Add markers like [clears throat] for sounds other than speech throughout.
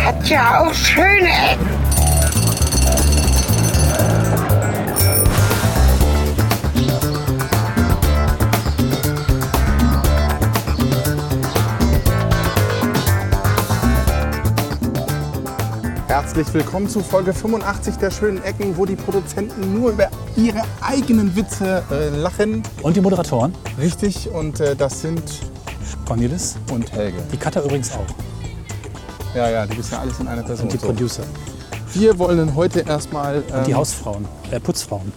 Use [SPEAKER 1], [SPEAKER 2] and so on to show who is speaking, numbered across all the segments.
[SPEAKER 1] hat ja auch schöne Ecken.
[SPEAKER 2] Herzlich willkommen zu Folge 85 der schönen Ecken, wo die Produzenten nur über ihre eigenen Witze äh, lachen.
[SPEAKER 3] Und die Moderatoren,
[SPEAKER 2] Richtig, und äh, das sind
[SPEAKER 3] Cornelis,
[SPEAKER 2] und Helge.
[SPEAKER 3] die Cutter übrigens auch
[SPEAKER 2] Ja, ja, die bist ja alles in einer Person.
[SPEAKER 3] und die
[SPEAKER 2] So.
[SPEAKER 3] Producer,
[SPEAKER 2] Wir wollen heute erstmal ähm,
[SPEAKER 3] die Hausfrauen, äh, Putzfrauen.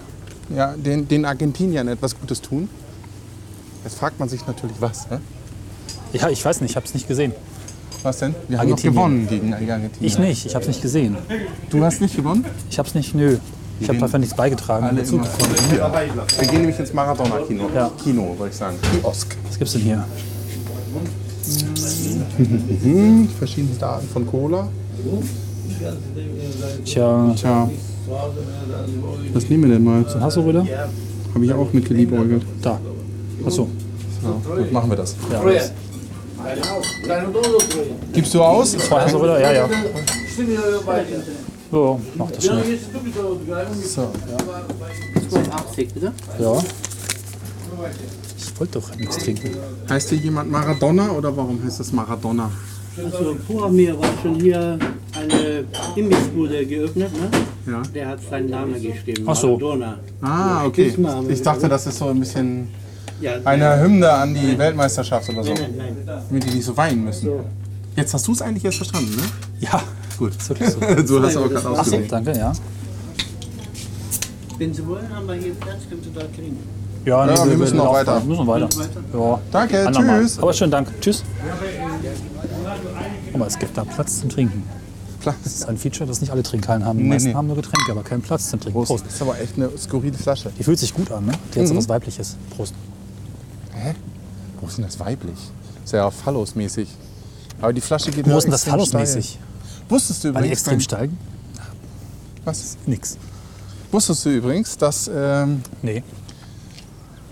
[SPEAKER 2] ja, den, den Argentiniern etwas Gutes tun. Jetzt fragt man sich natürlich, was? Ne?
[SPEAKER 3] Ja, ich weiß nicht, ich habe es nicht gesehen.
[SPEAKER 2] Was denn? Wir haben noch
[SPEAKER 3] Argentinien.
[SPEAKER 2] gewonnen gegen die Argentinier.
[SPEAKER 3] Ich nicht, ich habe es nicht gesehen.
[SPEAKER 2] Du hast nicht gewonnen?
[SPEAKER 3] Ich habe es nicht, nö. Ich habe
[SPEAKER 2] gehen
[SPEAKER 3] einfach nichts beigetragen.
[SPEAKER 2] Alle
[SPEAKER 3] Dazu.
[SPEAKER 2] immer. Wir. Wir gehen nämlich ins Maradona-Kino.
[SPEAKER 3] Ja.
[SPEAKER 2] Kino, würde ich sagen. Kiosk.
[SPEAKER 3] Was gibt's denn hier?
[SPEAKER 2] Mhm. Verschiedenste Arten von Cola.
[SPEAKER 3] Tja,
[SPEAKER 2] Tja. Was nehmen wir denn mal?
[SPEAKER 3] so ein Hasseröder?
[SPEAKER 2] Habe ich auch mitgeliebäugelt.
[SPEAKER 3] Da. Achso,
[SPEAKER 2] Gut, machen wir das.
[SPEAKER 3] ja. Oh, alles.
[SPEAKER 2] Gibst du aus?
[SPEAKER 3] Zwei Hasseröder? Ja, ja. So, mach das schnell.
[SPEAKER 2] So.
[SPEAKER 3] Ja. Ich wollte doch nichts trinken.
[SPEAKER 2] Heißt hier jemand Maradona oder warum heißt das Maradona?
[SPEAKER 4] Also vor mir war schon hier eine Imbissbude geöffnet, ne?
[SPEAKER 2] Ja.
[SPEAKER 4] Der hat seinen Namen geschrieben.
[SPEAKER 3] Ach so.
[SPEAKER 4] Maradona.
[SPEAKER 2] Ah, okay.
[SPEAKER 4] Spitzname.
[SPEAKER 2] Ich dachte, das ist so ein bisschen
[SPEAKER 4] Ja,
[SPEAKER 2] eine Hymne an die Weltmeisterschaft oder so,
[SPEAKER 4] Nein, nein, nein.
[SPEAKER 2] damit die nicht so weinen müssen. Jetzt hast du es eigentlich erst verstanden, ne?
[SPEAKER 3] Ja,
[SPEAKER 2] Gut.
[SPEAKER 3] ist
[SPEAKER 2] [laughs]
[SPEAKER 3] wirklich so.
[SPEAKER 2] Du hast auch gerade
[SPEAKER 3] Achso,
[SPEAKER 2] ausgedrückt.
[SPEAKER 3] danke, ja.
[SPEAKER 4] Wenn Sie wollen, haben wir hier Platz, können Sie da kriegen.
[SPEAKER 3] Ja,
[SPEAKER 2] Ja, wir müssen noch
[SPEAKER 3] laufen.
[SPEAKER 2] weiter.
[SPEAKER 3] Wir müssen noch weiter. Ja.
[SPEAKER 2] Danke,
[SPEAKER 3] Andermal.
[SPEAKER 2] tschüss.
[SPEAKER 3] Aber schönen Dank. Tschüss. Guck mal, es gibt da Platz zum Trinken. Das
[SPEAKER 2] Platz.
[SPEAKER 3] ist ein Feature, das nicht alle Trinkhallen haben. Die
[SPEAKER 2] Nee,
[SPEAKER 3] meisten
[SPEAKER 2] nee.
[SPEAKER 3] haben nur Getränke, aber keinen Platz zum Trinken. Prost.
[SPEAKER 2] Das ist aber echt eine skurrile Flasche.
[SPEAKER 3] Die fühlt sich gut an, ne? Die hat
[SPEAKER 2] Mhm.
[SPEAKER 3] so was Weibliches. Prost.
[SPEAKER 2] Hä? Wo ist denn das weiblich? Ist ja auch phallus-mäßig. Aber die Flasche geht
[SPEAKER 3] Wo
[SPEAKER 2] ja
[SPEAKER 3] ist denn das
[SPEAKER 2] extrem
[SPEAKER 3] Phallus-mäßig?
[SPEAKER 2] steil. Wusstest du
[SPEAKER 3] Weil die
[SPEAKER 2] übrigens,
[SPEAKER 3] extrem steigen?
[SPEAKER 2] was,
[SPEAKER 3] Nix.
[SPEAKER 2] wusstest du übrigens dass ähm,
[SPEAKER 3] Nee.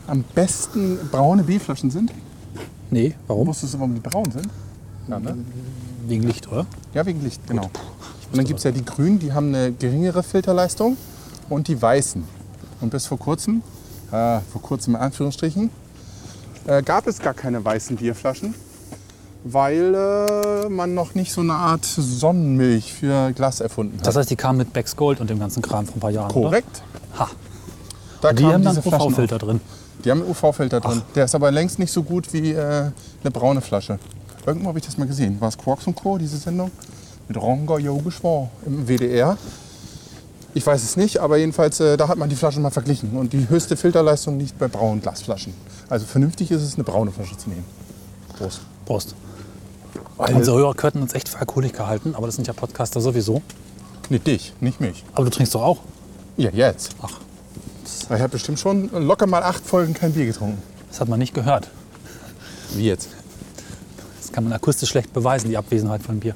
[SPEAKER 2] am besten braune Bierflaschen sind?
[SPEAKER 3] Nee, warum?
[SPEAKER 2] Wusstest du, warum die braun sind? Ja, ne?
[SPEAKER 3] Wegen Licht, oder?
[SPEAKER 2] ja wegen Licht, genau. Und dann gibt es ja die grünen, die haben eine geringere Filterleistung und die weißen. Und bis vor kurzem, äh, vor kurzem in Anführungsstrichen, äh, gab es gar keine weißen Bierflaschen, weil äh, man noch nicht so eine Art Sonnenmilch für Glas erfunden hat.
[SPEAKER 3] Das heißt, die kamen mit Becks Gold und dem ganzen Kram vor ein paar Jahren.
[SPEAKER 2] Korrekt.
[SPEAKER 3] Oder? Ha.
[SPEAKER 2] Da
[SPEAKER 3] Die
[SPEAKER 2] kamen
[SPEAKER 3] haben dann
[SPEAKER 2] diese Flaschen auf.
[SPEAKER 3] UV-Filter drin.
[SPEAKER 2] Die haben einen UV-Filter drin. Der ist aber längst nicht so gut wie äh, eine braune Flasche. Irgendwo habe ich das mal gesehen. War es Quarks und Co., diese Sendung? Mit Ronga Yogeshwar im WDR. Ich weiß es nicht, aber jedenfalls, äh, da hat man die Flaschen mal verglichen. Und die höchste Filterleistung liegt bei braunen Glasflaschen. Also vernünftig ist es, eine braune Flasche zu nehmen. Prost.
[SPEAKER 3] Prost.
[SPEAKER 2] Also-
[SPEAKER 3] Unsere Hörer könnten uns echt für Alkoholiker halten, aber das sind ja Podcaster sowieso.
[SPEAKER 2] Nicht dich, nicht mich.
[SPEAKER 3] Aber du trinkst doch auch.
[SPEAKER 2] Ja, jetzt.
[SPEAKER 3] Ach.
[SPEAKER 2] Ich habe bestimmt schon locker mal acht Folgen kein Bier getrunken.
[SPEAKER 3] Das hat man nicht gehört.
[SPEAKER 2] Wie jetzt?
[SPEAKER 3] Das kann man akustisch schlecht beweisen, die Abwesenheit von Bier.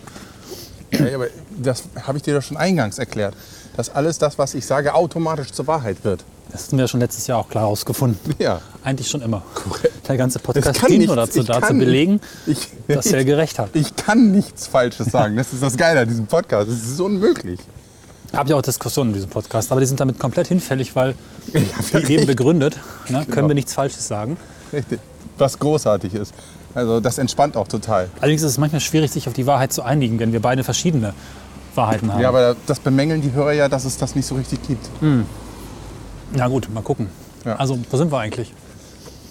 [SPEAKER 2] Ja, aber das habe ich dir doch schon eingangs erklärt, dass alles das, was ich sage, automatisch zur Wahrheit wird.
[SPEAKER 3] Das haben wir schon letztes Jahr auch klar herausgefunden.
[SPEAKER 2] Ja.
[SPEAKER 3] Eigentlich schon immer.
[SPEAKER 2] Korrekt.
[SPEAKER 3] Der ganze
[SPEAKER 2] Es
[SPEAKER 3] Podcast dient nur dazu,
[SPEAKER 2] ich
[SPEAKER 3] da zu
[SPEAKER 2] kann
[SPEAKER 3] belegen,
[SPEAKER 2] nicht. ich,
[SPEAKER 3] dass
[SPEAKER 2] [laughs]
[SPEAKER 3] er gerecht hat.
[SPEAKER 2] Ich kann nichts Falsches sagen. Das ist das Geile an diesem Podcast. Es ist unmöglich.
[SPEAKER 3] Hab ja auch Diskussionen in diesem Podcast, aber die sind damit komplett hinfällig, weil wie eben
[SPEAKER 2] richtig. [laughs] Genau.
[SPEAKER 3] begründet, ne, können wir nichts Falsches sagen.
[SPEAKER 2] Richtig. Was großartig ist. Also das entspannt auch total.
[SPEAKER 3] Allerdings ist es manchmal schwierig, sich auf die Wahrheit zu einigen, wenn wir beide verschiedene Wahrheiten haben.
[SPEAKER 2] Ja, aber das bemängeln die Hörer ja, dass es das nicht so richtig gibt.
[SPEAKER 3] Hm. Na gut, mal gucken.
[SPEAKER 2] Ja.
[SPEAKER 3] Also, wo sind wir eigentlich?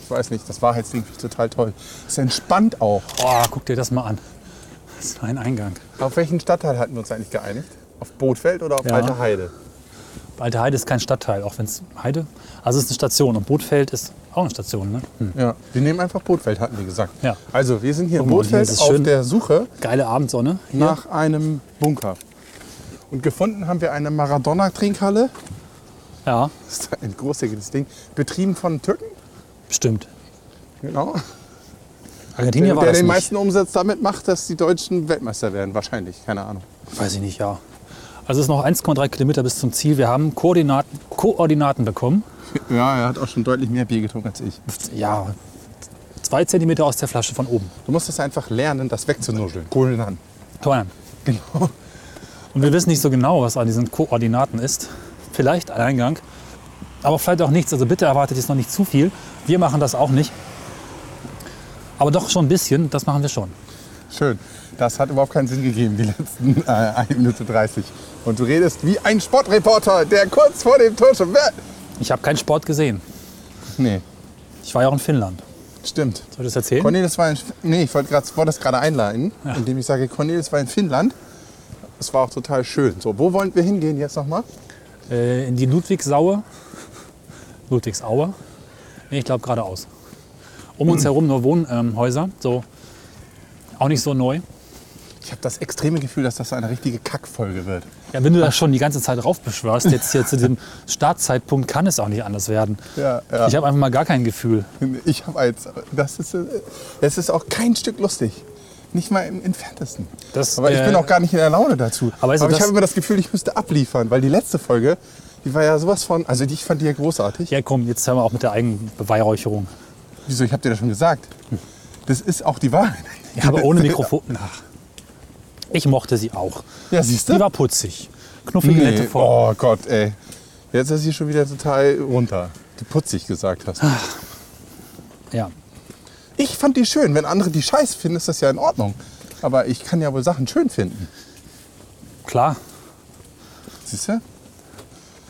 [SPEAKER 2] Ich weiß nicht, das Wahrheitsding finde ich total toll. Es entspannt auch.
[SPEAKER 3] Oh, guck dir das mal an. Das ist nur ein Eingang.
[SPEAKER 2] Auf welchen Stadtteil hatten wir uns eigentlich geeinigt? Auf Bootfeld oder auf
[SPEAKER 3] Ja.
[SPEAKER 2] Alte Heide?
[SPEAKER 3] Alte Heide ist kein Stadtteil, auch wenn es Heide. Also es ist eine Station und Bootfeld ist auch eine Station. Ne? Hm.
[SPEAKER 2] Ja, wir nehmen einfach Bootfeld, hatten wir gesagt.
[SPEAKER 3] Ja.
[SPEAKER 2] Also wir sind hier in
[SPEAKER 3] Guck mal, hier
[SPEAKER 2] Bootfeld
[SPEAKER 3] ist es
[SPEAKER 2] auf
[SPEAKER 3] schön.
[SPEAKER 2] der Suche
[SPEAKER 3] Geile Abendsonne. Hier.
[SPEAKER 2] nach einem Bunker. Und gefunden haben wir eine Maradona-Trinkhalle.
[SPEAKER 3] Ja,
[SPEAKER 2] Das ist ein großartiges Ding. Betrieben von Türken,
[SPEAKER 3] bestimmt.
[SPEAKER 2] genau.
[SPEAKER 3] Argentinien war
[SPEAKER 2] der
[SPEAKER 3] das
[SPEAKER 2] den
[SPEAKER 3] nicht.
[SPEAKER 2] meisten Umsatz damit macht, dass die Deutschen Weltmeister werden. Wahrscheinlich, keine Ahnung.
[SPEAKER 3] Weiß ich nicht, ja. Also es ist noch 1,3 Kilometer bis zum Ziel. Wir haben Koordinaten, Koordinaten bekommen.
[SPEAKER 2] Ja, er hat auch schon deutlich mehr Bier getrunken als ich.
[SPEAKER 3] Ja, zwei Zentimeter aus der Flasche von oben.
[SPEAKER 2] Du musst das einfach lernen, das wegzunuscheln. Cool, dann.
[SPEAKER 3] Komm an.
[SPEAKER 2] Genau.
[SPEAKER 3] Und wir wissen nicht so genau, was an diesen Koordinaten ist. Vielleicht ein Eingang, aber vielleicht auch nichts. Also bitte erwartet jetzt noch nicht zu viel. Wir machen das auch nicht. Aber doch schon ein bisschen, das machen wir schon.
[SPEAKER 2] Schön. Das hat überhaupt keinen Sinn gegeben, die letzten äh, 1 Minute 30. Und du redest wie ein Sportreporter, der kurz vor dem Tor schon wird.
[SPEAKER 3] Ich habe keinen Sport gesehen.
[SPEAKER 2] Nee,
[SPEAKER 3] Ich war ja auch in Finnland.
[SPEAKER 2] stimmt.
[SPEAKER 3] Soll ich das erzählen?
[SPEAKER 2] Cornelis war in. Nee, ich wollte grad, wollte das gerade einleiten, indem ich sage, Cornelis war in Finnland. Es war auch total schön. So, wo wollen wir hingehen jetzt nochmal?
[SPEAKER 3] Äh, in die Ludwigsaue. Ludwigsauer. Nee, ich glaube geradeaus. Um uns herum nur Wohnhäuser. so. Auch nicht so neu.
[SPEAKER 2] Ich habe das extreme Gefühl, dass das so eine richtige Kackfolge wird.
[SPEAKER 3] Ja, wenn du das schon die ganze Zeit raufbeschwörst, jetzt hier
[SPEAKER 2] [laughs]
[SPEAKER 3] zu dem Startzeitpunkt, kann es auch nicht anders werden.
[SPEAKER 2] Ja, ja.
[SPEAKER 3] Ich habe einfach mal gar kein Gefühl.
[SPEAKER 2] Ich habe als. Das ist, äh, es ist auch kein Stück lustig. Nicht mal im entferntesten.
[SPEAKER 3] Das,
[SPEAKER 2] aber ich
[SPEAKER 3] äh,
[SPEAKER 2] bin auch gar nicht in der Laune dazu.
[SPEAKER 3] Aber also
[SPEAKER 2] ich
[SPEAKER 3] das-
[SPEAKER 2] habe immer das Gefühl, ich müsste abliefern, weil die letzte Folge, die war ja sowas von. Also die, ich fand die ja großartig.
[SPEAKER 3] Ja, komm, jetzt hören wir auch mit der Eigenbeweihräucherung.
[SPEAKER 2] Wieso? Ich habe dir das schon gesagt. Das ist auch die Wahrheit.
[SPEAKER 3] Ja, aber
[SPEAKER 2] [laughs]
[SPEAKER 3] ohne Mikrofon. Ach. Ich mochte sie auch.
[SPEAKER 2] Ja, siehst du?
[SPEAKER 3] Die war putzig. Knuffige, nette Form.
[SPEAKER 2] Oh Gott, ey. Jetzt ist sie schon wieder total runter. Du putzig gesagt hast.
[SPEAKER 3] Ah. Ja.
[SPEAKER 2] Ich fand die schön. Wenn andere die scheiße finden, ist das ja in Ordnung. Aber ich kann ja wohl Sachen schön finden.
[SPEAKER 3] Klar,
[SPEAKER 2] Siehst du?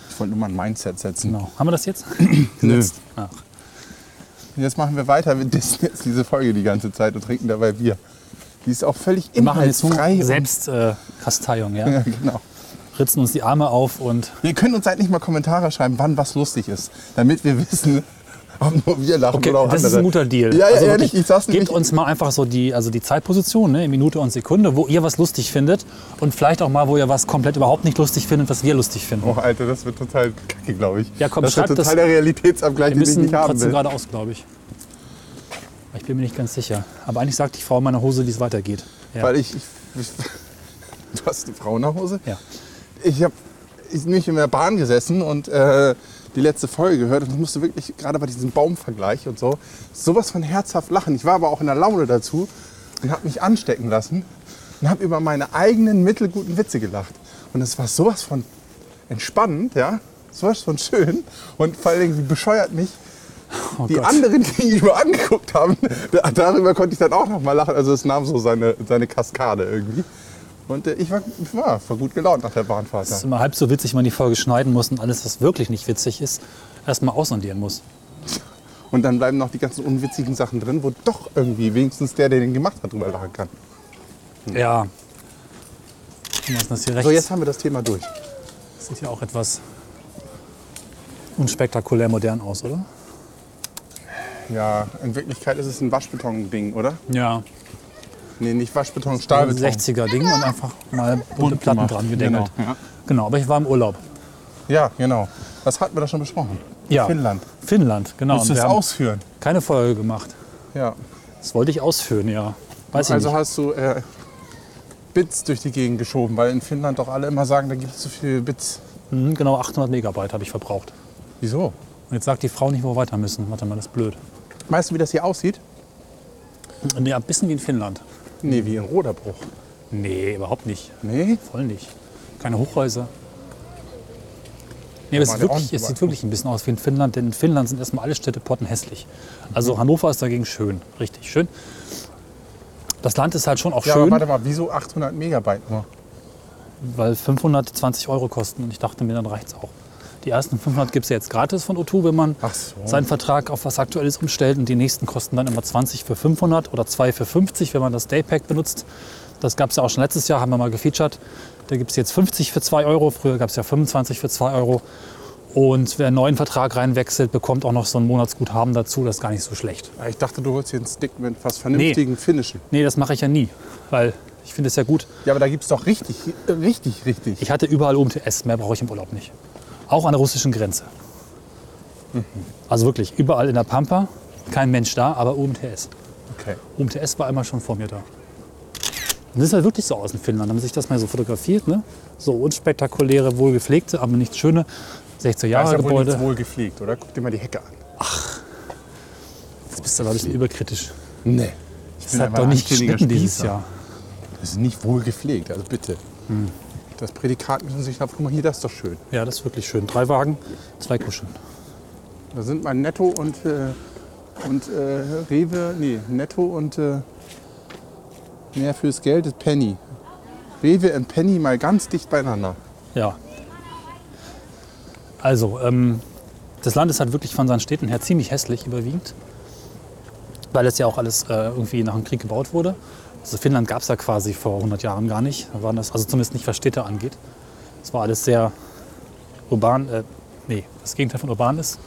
[SPEAKER 2] Ich wollte nur mal ein Mindset setzen.
[SPEAKER 3] genau. Haben wir das jetzt?
[SPEAKER 2] [clears throat] Nö.
[SPEAKER 3] Ach.
[SPEAKER 2] Jetzt machen wir weiter. Wir dissen jetzt diese Folge die ganze Zeit und trinken dabei Bier. Die ist auch völlig
[SPEAKER 3] Wir machen jetzt nur
[SPEAKER 2] inhaltsfrei. und-
[SPEAKER 3] Selbstkasteiung, äh, Kasteiung, ja.
[SPEAKER 2] [laughs] Ja, genau.
[SPEAKER 3] Ritzen uns die Arme auf und
[SPEAKER 2] Ihr könnt uns halt nicht mal Kommentare schreiben, wann was lustig ist, damit wir wissen, [laughs] ob nur wir lachen
[SPEAKER 3] Okay,
[SPEAKER 2] oder auch
[SPEAKER 3] das
[SPEAKER 2] genau andere.
[SPEAKER 3] ist ein guter Deal.
[SPEAKER 2] Ja, ja
[SPEAKER 3] Also
[SPEAKER 2] ehrlich,
[SPEAKER 3] wirklich,
[SPEAKER 2] ich saß
[SPEAKER 3] Gebt
[SPEAKER 2] nämlich
[SPEAKER 3] uns mal einfach so die, also die Zeitposition, ne, in Minute und Sekunde, wo ihr was lustig findet und vielleicht auch mal, wo ihr was komplett überhaupt nicht lustig findet, was wir lustig finden.
[SPEAKER 2] Oh, Alter, das wird total kacke, glaube ich.
[SPEAKER 3] Ja, komm,
[SPEAKER 2] das wird
[SPEAKER 3] schreib das-
[SPEAKER 2] total der Realitätsabgleich,
[SPEAKER 3] wir
[SPEAKER 2] den ich
[SPEAKER 3] müssen
[SPEAKER 2] nicht haben
[SPEAKER 3] trotzdem
[SPEAKER 2] will.
[SPEAKER 3] geradeaus, glaube ich. Ich bin mir nicht ganz sicher. Aber eigentlich sagt die Frau in meiner Hose, wie es weitergeht. Ja.
[SPEAKER 2] Weil ich, ich, ich. [laughs] Du hast eine Frau in der Hose?
[SPEAKER 3] ja.
[SPEAKER 2] Ich habe ich bin nämlich in der Bahn gesessen und äh, die letzte Folge gehört und ich musste wirklich gerade bei diesem Baumvergleich und so sowas von herzhaft lachen. Ich war aber auch in der Laune dazu und habe mich anstecken lassen und habe über meine eigenen mittelguten Witze gelacht. Und es war sowas von entspannend, ja, sowas von schön und vor allen Dingen, wie bescheuert mich
[SPEAKER 3] Oh
[SPEAKER 2] die
[SPEAKER 3] Gott.
[SPEAKER 2] anderen [laughs] gegenüber angeguckt haben, da- darüber konnte ich dann auch noch mal lachen. Also es nahm so seine, seine Kaskade irgendwie. Und äh, ich war, ich war, war gut gelaunt nach der Bahnfahrt.
[SPEAKER 3] Es ist immer halb so witzig, wenn man die Folge schneiden muss und alles, was wirklich nicht witzig ist, erstmal aussondieren muss.
[SPEAKER 2] Und dann bleiben noch die ganzen unwitzigen Sachen drin, wo doch irgendwie wenigstens der, der den gemacht hat, drüber lachen kann.
[SPEAKER 3] Ja. Guck mal, Was ist das hier rechts?
[SPEAKER 2] So, jetzt haben wir das Thema durch.
[SPEAKER 3] Das sieht ja auch etwas unspektakulär modern aus, oder?
[SPEAKER 2] Ja, in Wirklichkeit ist es ein Waschbeton-Ding, oder?
[SPEAKER 3] Ja.
[SPEAKER 2] Nee, nicht Waschbeton, Stahlbeton.
[SPEAKER 3] 60er-Ding und einfach mal bunte Platten
[SPEAKER 2] gemacht.
[SPEAKER 3] dran gedengelt.
[SPEAKER 2] Genau, ja.
[SPEAKER 3] genau, aber ich war im Urlaub.
[SPEAKER 2] Ja, genau. Das hatten wir doch schon besprochen.
[SPEAKER 3] Ja.
[SPEAKER 2] Finnland.
[SPEAKER 3] Finnland, genau.
[SPEAKER 2] Willst du
[SPEAKER 3] Und wir
[SPEAKER 2] das
[SPEAKER 3] haben
[SPEAKER 2] ausführen?
[SPEAKER 3] keine Folge gemacht.
[SPEAKER 2] Ja.
[SPEAKER 3] Das wollte ich ausführen, ja. Weiß
[SPEAKER 2] also
[SPEAKER 3] ich nicht.
[SPEAKER 2] hast du äh, Bits durch die Gegend geschoben, weil in Finnland doch alle immer sagen, da gibt es zu viele Bits.
[SPEAKER 3] Mhm, genau 800 Megabyte habe ich verbraucht.
[SPEAKER 2] Wieso?
[SPEAKER 3] Und jetzt sagt die Frau nicht, wo wir weiter müssen. Warte mal, das ist blöd.
[SPEAKER 2] Weißt du, wie das hier aussieht? Hm.
[SPEAKER 3] Nee, ein bisschen wie in Finnland.
[SPEAKER 2] Nee, wie in Roderbruch.
[SPEAKER 3] Nee, überhaupt nicht.
[SPEAKER 2] Nee?
[SPEAKER 3] Voll nicht. Keine Hochhäuser. Nee, aber es,
[SPEAKER 2] Kann man
[SPEAKER 3] ist
[SPEAKER 2] ja auch
[SPEAKER 3] wirklich,
[SPEAKER 2] nicht
[SPEAKER 3] es sieht
[SPEAKER 2] überall
[SPEAKER 3] wirklich ein bisschen aus wie in Finnland, denn in Finnland sind erstmal alle Städte potten hässlich. Also
[SPEAKER 2] Mhm.
[SPEAKER 3] Hannover ist dagegen schön, richtig schön. Das Land ist halt schon auch
[SPEAKER 2] Ja, aber
[SPEAKER 3] schön,
[SPEAKER 2] warte mal, wieso 800 Megabyte nur?
[SPEAKER 3] weil 520 Euro kosten und ich dachte mir, dann reicht's auch. Die ersten 500 gibt es ja jetzt gratis von O2, wenn man
[SPEAKER 2] Ach so.
[SPEAKER 3] seinen Vertrag auf was Aktuelles umstellt und die nächsten kosten dann immer 20 für 500 oder 2 für 50, wenn man das Daypack benutzt. Das gab es ja auch schon letztes Jahr, haben wir mal gefeatured. Da gibt es jetzt 50 für 2 Euro, früher gab es ja 25 für 2 Euro. Und wer einen neuen Vertrag reinwechselt, bekommt auch noch so ein Monatsguthaben dazu, das ist gar nicht so schlecht.
[SPEAKER 2] Ja, Ich dachte, du holst hier einen Stick mit was vernünftigen Finnischen.
[SPEAKER 3] Nee, das mache ich ja nie, weil ich finde es ja gut.
[SPEAKER 2] Ja, aber da gibt es doch richtig, richtig, richtig.
[SPEAKER 3] Ich hatte überall UMTS, mehr brauche ich im Urlaub nicht. Auch an der russischen Grenze.
[SPEAKER 2] Mhm.
[SPEAKER 3] Also wirklich, überall in der Pampa, kein Mensch da, aber UMTS.
[SPEAKER 2] Okay.
[SPEAKER 3] UMTS war einmal schon vor mir da. Und das ist halt wirklich so aus in Finnland, haben sich das mal so fotografiert, ne? So unspektakuläre, wohlgepflegte, aber nicht schöne 60er
[SPEAKER 2] Da ist
[SPEAKER 3] Jahre
[SPEAKER 2] ja wohl nichts
[SPEAKER 3] Gebäude.
[SPEAKER 2] wohl gepflegt, oder? Guck dir mal die Hecke an.
[SPEAKER 3] Jetzt bist du da ein bisschen überkritisch.
[SPEAKER 2] Nee. Ich
[SPEAKER 3] Das hat doch nicht geschnitten dieses Jahr.
[SPEAKER 2] Es ist nicht wohl gepflegt, also bitte. Das Prädikat müssen Sie sich schnappen. Guck mal, hier, das ist doch schön.
[SPEAKER 3] Ja, das ist wirklich schön. Drei Wagen, zwei Kuscheln.
[SPEAKER 2] Da sind mal Netto und, äh, und äh, Rewe, nee, Netto und äh, mehr fürs Geld ist Penny. Rewe und Penny mal ganz dicht beieinander.
[SPEAKER 3] Ja. Also, ähm, das Land ist halt wirklich von seinen Städten her ziemlich hässlich überwiegend, weil es ja auch alles äh, irgendwie nach dem Krieg gebaut wurde. Also Finnland gab es ja quasi vor 100 Jahren gar nicht, da waren das, also zumindest nicht was Städte angeht. Es war alles sehr urban, äh, nee, das Gegenteil von urban ist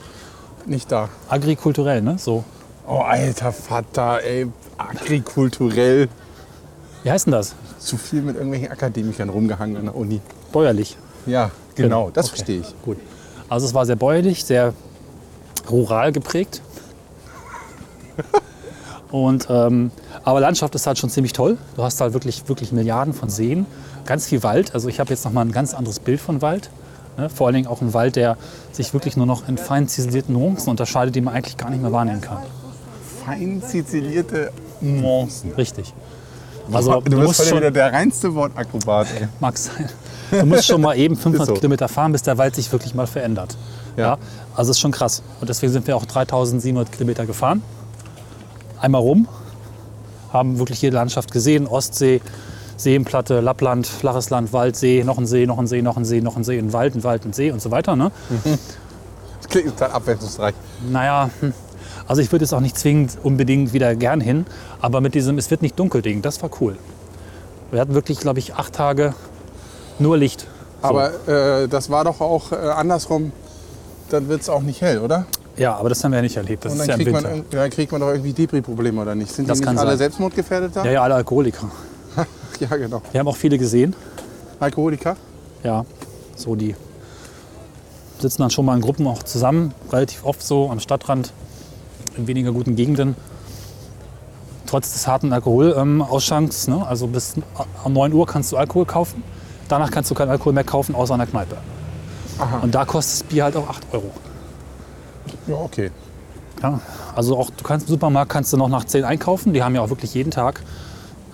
[SPEAKER 2] Nicht da.
[SPEAKER 3] agrikulturell, ne? So,
[SPEAKER 2] Oh, alter Vater, ey, agrikulturell.
[SPEAKER 3] wie heißt denn das?
[SPEAKER 2] Zu viel mit irgendwelchen Akademikern rumgehangen an der Uni.
[SPEAKER 3] Bäuerlich.
[SPEAKER 2] Ja, genau, das
[SPEAKER 3] Okay.
[SPEAKER 2] verstehe ich.
[SPEAKER 3] Gut. Also es war sehr bäuerlich, sehr
[SPEAKER 2] [laughs]
[SPEAKER 3] rural geprägt. Und, ähm, aber Landschaft ist halt schon ziemlich toll. Du hast halt wirklich, wirklich Milliarden von Seen, ganz viel Wald. Also ich habe jetzt nochmal ein ganz anderes Bild von Wald. Ne? Vor allen Dingen auch ein Wald, der sich wirklich nur noch in fein ziselierten Nuancen unterscheidet, die man eigentlich gar nicht mehr wahrnehmen kann.
[SPEAKER 2] Fein zizilierte Nuancen.
[SPEAKER 3] Richtig. Also
[SPEAKER 2] du bist heute wieder der reinste Wortakrobat, ey.
[SPEAKER 3] Mag sein. [laughs] Du musst schon mal
[SPEAKER 2] [laughs]
[SPEAKER 3] eben 500
[SPEAKER 2] so.
[SPEAKER 3] Kilometer fahren, bis der Wald sich wirklich mal verändert. Ja.
[SPEAKER 2] Ja.
[SPEAKER 3] Also ist schon krass. Und deswegen sind wir auch 3700 Kilometer gefahren. Einmal rum. Haben wirklich jede Landschaft gesehen. Ostsee, Seenplatte, Lappland, flaches Land, Waldsee, noch ein See, noch ein See, noch ein See, noch ein See, ein Wald, ein Wald, ein See und so weiter. Ne?
[SPEAKER 2] Das klingt total abwechslungsreich.
[SPEAKER 3] Naja, hm. also ich würde es auch nicht zwingend unbedingt wieder gern hin, aber mit diesem Es wird nicht dunkel Ding, das war cool. Wir hatten wirklich, glaube ich, acht Tage nur Licht. So.
[SPEAKER 2] Aber äh, das war doch auch äh, andersrum, dann wird es auch nicht hell, oder?
[SPEAKER 3] Ja, aber das haben wir ja nicht erlebt. Das
[SPEAKER 2] Und
[SPEAKER 3] ist ja
[SPEAKER 2] dann
[SPEAKER 3] im
[SPEAKER 2] kriegt, man,
[SPEAKER 3] Winter.
[SPEAKER 2] irg- dann kriegt man doch irgendwie Depri-Probleme, oder nicht? Sind
[SPEAKER 3] Das
[SPEAKER 2] die
[SPEAKER 3] kann
[SPEAKER 2] nicht alle
[SPEAKER 3] sein.
[SPEAKER 2] selbstmordgefährdet da?
[SPEAKER 3] Ja, ja, alle Alkoholiker.
[SPEAKER 2] ja, genau.
[SPEAKER 3] Wir haben auch viele gesehen.
[SPEAKER 2] Alkoholiker?
[SPEAKER 3] Ja, so die sitzen dann schon mal in Gruppen auch zusammen, relativ oft so am Stadtrand, in weniger guten Gegenden. Trotz des harten Alkoholausschanks, ne? also bis um 9 Uhr kannst du Alkohol kaufen. Danach kannst du keinen Alkohol mehr kaufen, außer in der Kneipe. Und da kostet das Bier halt auch 8 Euro.
[SPEAKER 2] Ja, okay.
[SPEAKER 3] Ja, also auch du kannst im Supermarkt kannst du noch nach 10 einkaufen. Die haben ja auch wirklich jeden Tag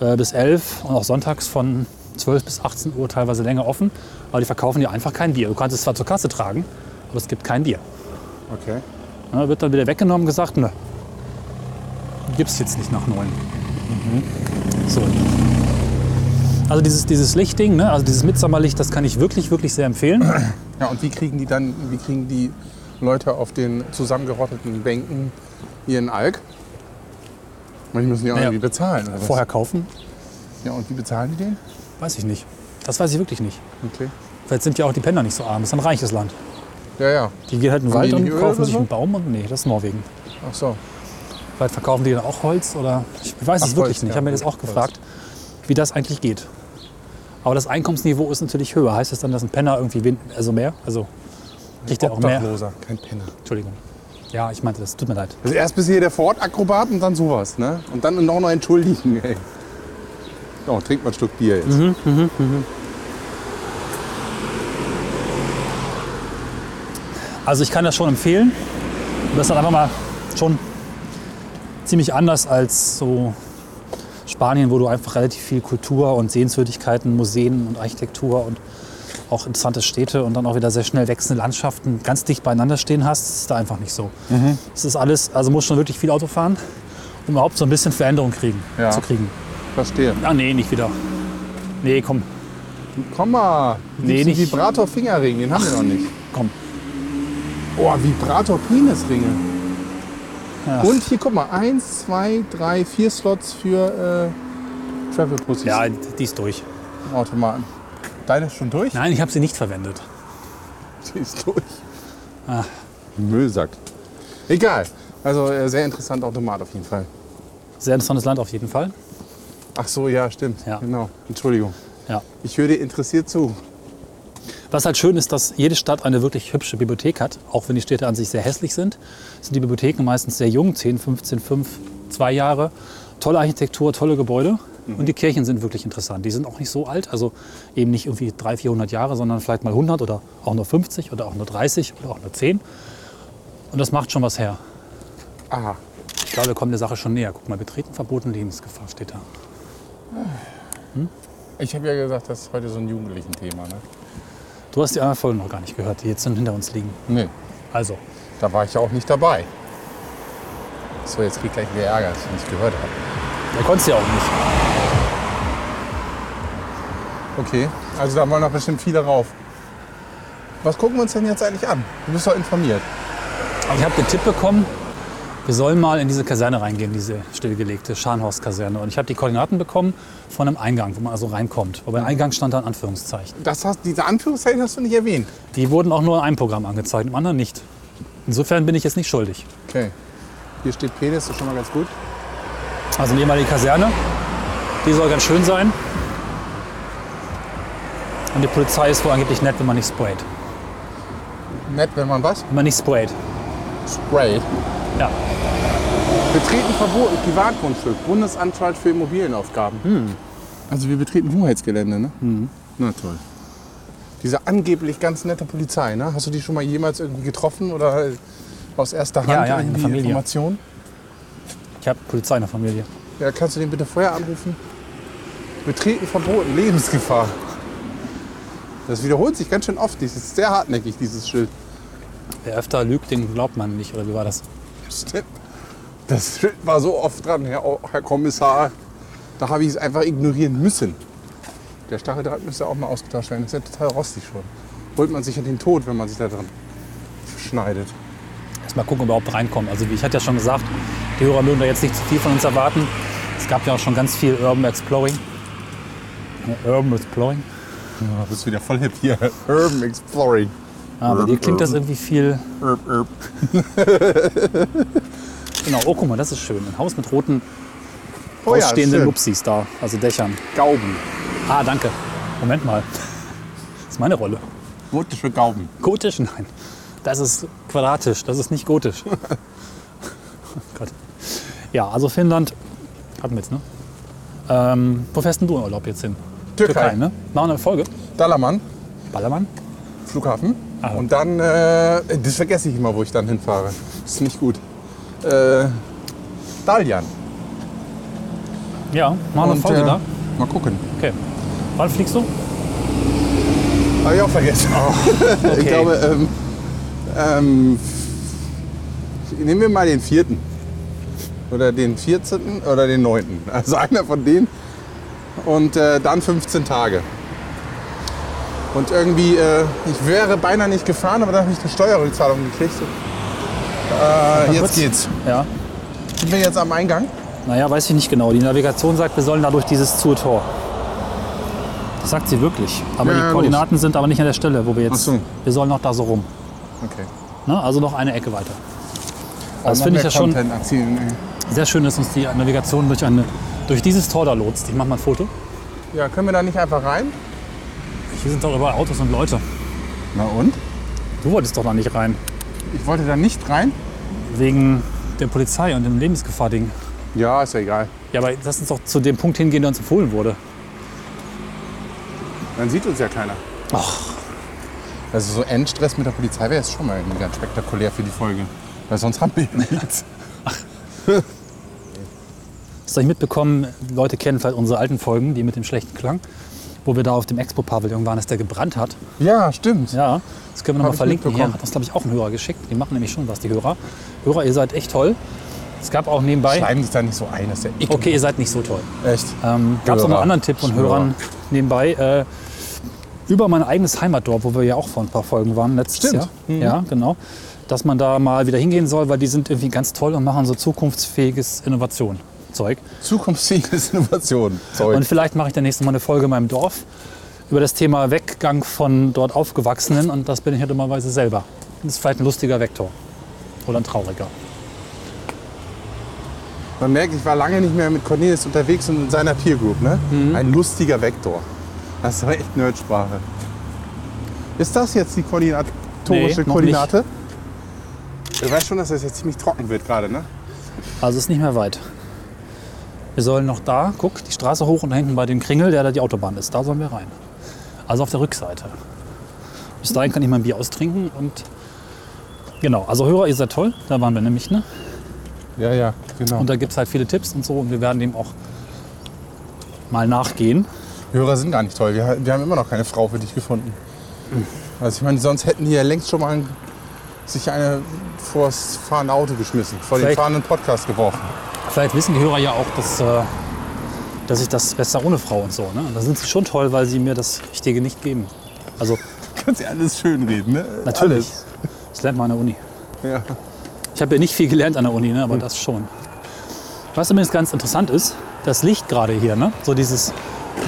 [SPEAKER 3] äh, bis 11 und auch sonntags von 12 bis 18 Uhr teilweise länger offen. Aber die verkaufen dir einfach kein Bier. Du kannst es zwar zur Kasse tragen, aber es gibt kein Bier.
[SPEAKER 2] Okay.
[SPEAKER 3] Ja, wird dann wieder weggenommen und gesagt, ne, gibt's jetzt nicht nach 9. So. Also dieses, dieses Lichtding, ne, also dieses Mitsommerlicht, das kann ich wirklich, wirklich sehr empfehlen.
[SPEAKER 2] Ja, und wie kriegen die dann, wie kriegen die Leute auf den zusammengerotteten Bänken ihren Alk? Manche müssen die auch
[SPEAKER 3] Naja,
[SPEAKER 2] irgendwie bezahlen. Oder was?
[SPEAKER 3] Vorher kaufen,
[SPEAKER 2] Ja, und wie bezahlen die den?
[SPEAKER 3] weiß ich nicht. Das weiß ich wirklich nicht.
[SPEAKER 2] Okay.
[SPEAKER 3] Vielleicht sind ja auch die Penner nicht so arm. Das ist ein reiches Land.
[SPEAKER 2] Ja, ja.
[SPEAKER 3] Die gehen halt in den
[SPEAKER 2] Haben
[SPEAKER 3] Wald
[SPEAKER 2] die
[SPEAKER 3] und
[SPEAKER 2] nicht Öl
[SPEAKER 3] kaufen
[SPEAKER 2] oder
[SPEAKER 3] sich
[SPEAKER 2] so?
[SPEAKER 3] einen Baum und nee, das ist Norwegen.
[SPEAKER 2] Ach so.
[SPEAKER 3] Vielleicht verkaufen die dann auch Holz oder ich weiß es
[SPEAKER 2] Ach,
[SPEAKER 3] wirklich
[SPEAKER 2] Holz,
[SPEAKER 3] nicht. Ich
[SPEAKER 2] ja,
[SPEAKER 3] habe mir das
[SPEAKER 2] gut,
[SPEAKER 3] auch gefragt, wie das eigentlich geht. Aber das Einkommensniveau ist natürlich höher. Heißt das dann, dass ein Penner irgendwie win also mehr, also kriegt er auch mehr?
[SPEAKER 2] Obdachloser, kein Penner.
[SPEAKER 3] Entschuldigung. Ja, ich meinte das. Tut mir leid.
[SPEAKER 2] Also erst bis hier der Vorortakrobat und dann sowas, ne? Und dann noch noch entschuldigen, ey. So, trink mal ein Stück Bier jetzt.
[SPEAKER 3] Mhm. Also ich kann das schon empfehlen. Das ist halt einfach mal schon ziemlich anders als so Spanien, wo du einfach relativ viel Kultur und Sehenswürdigkeiten, Museen und Architektur und auch interessante Städte und dann auch wieder sehr schnell wechselnde Landschaften ganz dicht beieinander stehen hast. Das ist da einfach nicht so. Es ist alles, also muss schon wirklich viel Auto fahren, um überhaupt so ein bisschen Veränderung kriegen,
[SPEAKER 2] Ja.
[SPEAKER 3] zu kriegen.
[SPEAKER 2] Verstehe.
[SPEAKER 3] Ah nee, nicht wieder. Nee, komm,
[SPEAKER 2] Komm mal.
[SPEAKER 3] Nee,
[SPEAKER 2] Nee, nicht.
[SPEAKER 3] nicht-
[SPEAKER 2] Vibrator-Fingerring, den haben wir noch nicht.
[SPEAKER 3] komm.
[SPEAKER 2] Oh, Vibrator-Penisringe. Und hier, guck mal, eins, zwei, drei, vier Slots für äh, Travel-Pussys.
[SPEAKER 3] Ja, die ist durch.
[SPEAKER 2] im Automaten. Deine ist schon durch?
[SPEAKER 3] Nein, ich habe sie nicht verwendet.
[SPEAKER 2] [laughs] Die ist durch. Ah. Müllsack. Egal. Also äh, sehr interessanter Automat auf jeden Fall.
[SPEAKER 3] Sehr interessantes Land auf jeden Fall.
[SPEAKER 2] Ach so, ja, stimmt.
[SPEAKER 3] Ja.
[SPEAKER 2] Genau. Entschuldigung.
[SPEAKER 3] Ja.
[SPEAKER 2] Ich höre dir interessiert zu.
[SPEAKER 3] Was halt schön ist, dass jede Stadt eine wirklich hübsche Bibliothek hat, auch wenn die Städte an sich sehr hässlich sind, sind die Bibliotheken meistens sehr jung, 10, 15, 5, 2 Jahre. Tolle Architektur, tolle Gebäude und die Kirchen sind wirklich interessant. Die sind auch nicht so alt, also eben nicht irgendwie 300, 400 Jahre, sondern vielleicht mal 100 oder auch nur 50 oder auch nur 30 oder auch nur 10. Und das macht schon was her.
[SPEAKER 2] Aha.
[SPEAKER 3] Ich glaube, wir kommen der Sache schon näher. Guck mal, betreten, verboten, Lebensgefahr steht da.
[SPEAKER 2] Ich habe ja gesagt, das ist heute so ein jugendlichen Thema. Ne?
[SPEAKER 3] Du hast die anderen Folgen noch gar nicht gehört, die jetzt dann hinter uns liegen.
[SPEAKER 2] Nee,
[SPEAKER 3] Also,
[SPEAKER 2] da war ich ja auch nicht dabei. So, jetzt krieg gleich wieder Ärger, dass ich nicht gehört habe.
[SPEAKER 3] der konntest ja auch nicht.
[SPEAKER 2] Okay, also da wollen noch bestimmt viele rauf. Was gucken wir uns denn jetzt eigentlich an? Du bist doch informiert.
[SPEAKER 3] Aber ich habe den Tipp bekommen, wir sollen mal in diese Kaserne reingehen, diese stillgelegte Scharnhorst-Kaserne. Und ich habe die Koordinaten bekommen von einem Eingang, wo man also reinkommt. Aber im Eingang stand da ein Anführungszeichen.
[SPEAKER 2] Das hast, diese Anführungszeichen hast du nicht erwähnt.
[SPEAKER 3] Die wurden auch nur in einem Programm angezeigt, im anderen nicht. Insofern bin ich jetzt nicht schuldig.
[SPEAKER 2] Okay. Hier steht P, das ist schon mal ganz gut.
[SPEAKER 3] Also nehmen wir die Kaserne. Die soll ganz schön sein. Und die Polizei ist wohl angeblich nett, wenn man nicht sprayt.
[SPEAKER 2] Nett, wenn man was?
[SPEAKER 3] Wenn man nicht sprayt.
[SPEAKER 2] Spray.
[SPEAKER 3] Ja.
[SPEAKER 2] Betreten verboten, Privatgrundstück, Bundesanstalt für Immobilienaufgaben. Also wir betreten Hoheitsgelände, ne? Na toll. Diese angeblich ganz nette Polizei, ne? Hast du die schon mal jemals irgendwie getroffen oder aus erster Hand
[SPEAKER 3] Ja, ja, in der
[SPEAKER 2] irgendwie
[SPEAKER 3] Familie.
[SPEAKER 2] Informationen?
[SPEAKER 3] Ich habe Polizei in der Familie.
[SPEAKER 2] Ja, kannst du den bitte vorher anrufen? Betreten verboten, Lebensgefahr. Das wiederholt sich ganz schön oft. Das ist sehr hartnäckig, dieses Schild.
[SPEAKER 3] Wer öfter lügt, dem glaubt man nicht. Oder wie war das?
[SPEAKER 2] Stimmt. Das Schild war so oft dran, Herr, Au- Herr Kommissar. Da habe ich es einfach ignorieren müssen. Der Stacheldraht müsste auch mal ausgetauscht werden. Das ist ja total rostig schon. Holt man sich ja den Tod, wenn man sich da dran schneidet.
[SPEAKER 3] Erstmal gucken, ob wir überhaupt reinkommen. Also wie ich hatte ja schon gesagt, die Hörer mögen da jetzt nicht zu viel von uns erwarten. Es gab ja auch schon ganz viel Urban Exploring. Ja, Urban Exploring.
[SPEAKER 2] Ja, bist wieder voll hip hier. Urban Exploring.
[SPEAKER 3] Ah, Aber dir klingt das irgendwie viel.
[SPEAKER 2] Urb, urb.
[SPEAKER 3] Genau, oh guck mal, das ist schön. Ein Haus mit roten,
[SPEAKER 2] Oh ja,
[SPEAKER 3] ausstehenden
[SPEAKER 2] schön.
[SPEAKER 3] Lupsis da, also Dächern.
[SPEAKER 2] Gauben.
[SPEAKER 3] Ah, danke. Moment mal. [laughs] Das ist meine Rolle.
[SPEAKER 2] Gotische Gauben.
[SPEAKER 3] Gotisch? Nein. Das ist quadratisch, das ist nicht
[SPEAKER 2] [laughs]
[SPEAKER 3] gotisch. oh Gott. Ja, also Finnland hatten wir jetzt, ne? Ähm, wo fährst denn du in Urlaub jetzt hin?
[SPEAKER 2] Türkei.
[SPEAKER 3] ne? Machen wir eine Folge.
[SPEAKER 2] Dallermann,
[SPEAKER 3] Ballermann?
[SPEAKER 2] Flughafen.
[SPEAKER 3] Ah.
[SPEAKER 2] Und dann, äh, das vergesse ich immer, wo ich dann hinfahre. Ist nicht gut. Äh, Dalian.
[SPEAKER 3] Ja, machen wir eine
[SPEAKER 2] Und,
[SPEAKER 3] Folge
[SPEAKER 2] äh,
[SPEAKER 3] da.
[SPEAKER 2] Mal gucken.
[SPEAKER 3] Okay. Wann fliegst du?
[SPEAKER 2] Habe ich auch vergessen.
[SPEAKER 3] Okay.
[SPEAKER 2] Ich glaube, ähm, ähm, f- nehmen wir mal den vierten. Oder den 14. oder den 9. Also einer von denen. Und äh, dann 15 Tage. Und irgendwie, äh, ich wäre beinahe nicht gefahren, aber dann habe ich eine Steuerrückzahlung gekriegt. Äh, jetzt
[SPEAKER 3] kurz.
[SPEAKER 2] geht's.
[SPEAKER 3] Ja.
[SPEAKER 2] Sind wir jetzt am Eingang?
[SPEAKER 3] Naja, weiß ich nicht genau. Die Navigation sagt, wir sollen dadurch dieses zur Tor. Das sagt sie wirklich. Aber
[SPEAKER 2] Ja,
[SPEAKER 3] die
[SPEAKER 2] ja,
[SPEAKER 3] Koordinaten sind aber nicht an der Stelle, wo wir jetzt.
[SPEAKER 2] Ach so.
[SPEAKER 3] Wir sollen noch da so rum.
[SPEAKER 2] Okay.
[SPEAKER 3] Ne? Also noch eine Ecke weiter.
[SPEAKER 2] Auch noch
[SPEAKER 3] finde ich
[SPEAKER 2] mehr
[SPEAKER 3] ja schon-
[SPEAKER 2] Content erzielen.
[SPEAKER 3] Sehr schön, dass uns die Navigation durch, eine, durch dieses Tor da lotst. Ich mache mal ein Foto.
[SPEAKER 2] Ja, können wir da nicht einfach rein?
[SPEAKER 3] Hier sind doch überall Autos und Leute.
[SPEAKER 2] Na und?
[SPEAKER 3] Du wolltest doch noch nicht rein.
[SPEAKER 2] Ich wollte da nicht rein.
[SPEAKER 3] Wegen der Polizei und dem Lebensgefahr-Ding.
[SPEAKER 2] Ja, ist ja egal.
[SPEAKER 3] Ja, aber lass uns doch zu dem Punkt hingehen, der uns empfohlen wurde.
[SPEAKER 2] Dann sieht uns ja keiner.
[SPEAKER 3] Ach,
[SPEAKER 2] Also so Endstress mit der Polizei wäre jetzt schon mal irgendwie ganz spektakulär für die Folge. Weil sonst haben wir ja nichts.
[SPEAKER 3] hast du euch mitbekommen, die Leute kennen vielleicht unsere alten Folgen, die mit dem schlechten Klang, wo wir da auf dem Expo-Pavillon waren, dass der gebrannt hat.
[SPEAKER 2] [laughs] Ja, stimmt.
[SPEAKER 3] Ja, das können wir
[SPEAKER 2] Hab
[SPEAKER 3] nochmal
[SPEAKER 2] ich
[SPEAKER 3] verlinken. Hier
[SPEAKER 2] mitbekommen.
[SPEAKER 3] hat uns, glaube ich, auch ein Hörer geschickt. Die machen nämlich schon was, die Hörer. Hörer, ihr seid echt toll. Es gab auch nebenbei...
[SPEAKER 2] Schreiben dich da nicht so ein, das ist ja ekelhaft.
[SPEAKER 3] Okay, ihr seid nicht so toll.
[SPEAKER 2] Echt.
[SPEAKER 3] Ähm, Gab es auch noch
[SPEAKER 2] Hörer.
[SPEAKER 3] einen anderen Tipp von
[SPEAKER 2] Hörer.
[SPEAKER 3] Hörern nebenbei? Äh, über mein eigenes Heimatdorf, wo wir ja auch vor ein paar Folgen waren letztes
[SPEAKER 2] Stimmt. Mhm.
[SPEAKER 3] Jahr. Ja, genau. Dass man da mal wieder hingehen soll, weil die sind irgendwie ganz toll und machen so zukunftsfähiges Innovation-Zeug.
[SPEAKER 2] Zukunftsfähige Innovation. Sorry.
[SPEAKER 3] Und vielleicht mache ich dann nächstes Mal eine Folge in meinem Dorf über das Thema Weggang von dort Aufgewachsenen. Und das bin ich halt dummerweise selber. Das ist vielleicht ein lustiger Vektor. Oder ein trauriger.
[SPEAKER 2] Man merkt, ich war lange nicht mehr mit Cornelis unterwegs und in seiner Peer Group. Ne?
[SPEAKER 3] Mhm.
[SPEAKER 2] Ein lustiger Vektor. Das ist aber echt Nerdsprache. Ist das jetzt die koordinatorische
[SPEAKER 3] Nee, noch
[SPEAKER 2] Koordinate? Du weißt schon, dass das jetzt ziemlich trocken wird gerade, ne?
[SPEAKER 3] Also ist nicht mehr weit. Wir sollen noch da, guck, die Straße hoch und da hinten bei dem Kringel, der da die Autobahn ist, da sollen wir rein. Also auf der Rückseite. Bis dahin kann ich mein Bier austrinken und genau, also Hörer, ihr seid toll, da waren wir nämlich, ne?
[SPEAKER 2] Ja, ja, genau.
[SPEAKER 3] Und da gibt es halt viele Tipps und so und wir werden dem auch mal nachgehen.
[SPEAKER 2] Die Hörer sind gar nicht toll. Wir, wir haben immer noch keine Frau für dich gefunden. Also ich meine, sonst hätten die ja längst schon mal sich eine vors fahrende Auto geschmissen, vor den
[SPEAKER 3] Vielleicht-
[SPEAKER 2] fahrenden Podcast geworfen.
[SPEAKER 3] Vielleicht wissen die Hörer ja auch, dass, äh, dass ich das besser ohne Frau und so. Ne? Da sind sie schon toll, weil sie mir das Richtige nicht geben. Also
[SPEAKER 2] [laughs] Kannst du alles schön reden, ne?
[SPEAKER 3] natürlich. Das lernt man an der Uni.
[SPEAKER 2] Alles. Ja.
[SPEAKER 3] Ich habe ja nicht viel gelernt an der Uni, ne? aber das schon. Was übrigens ganz interessant ist, das Licht gerade hier, ne? so dieses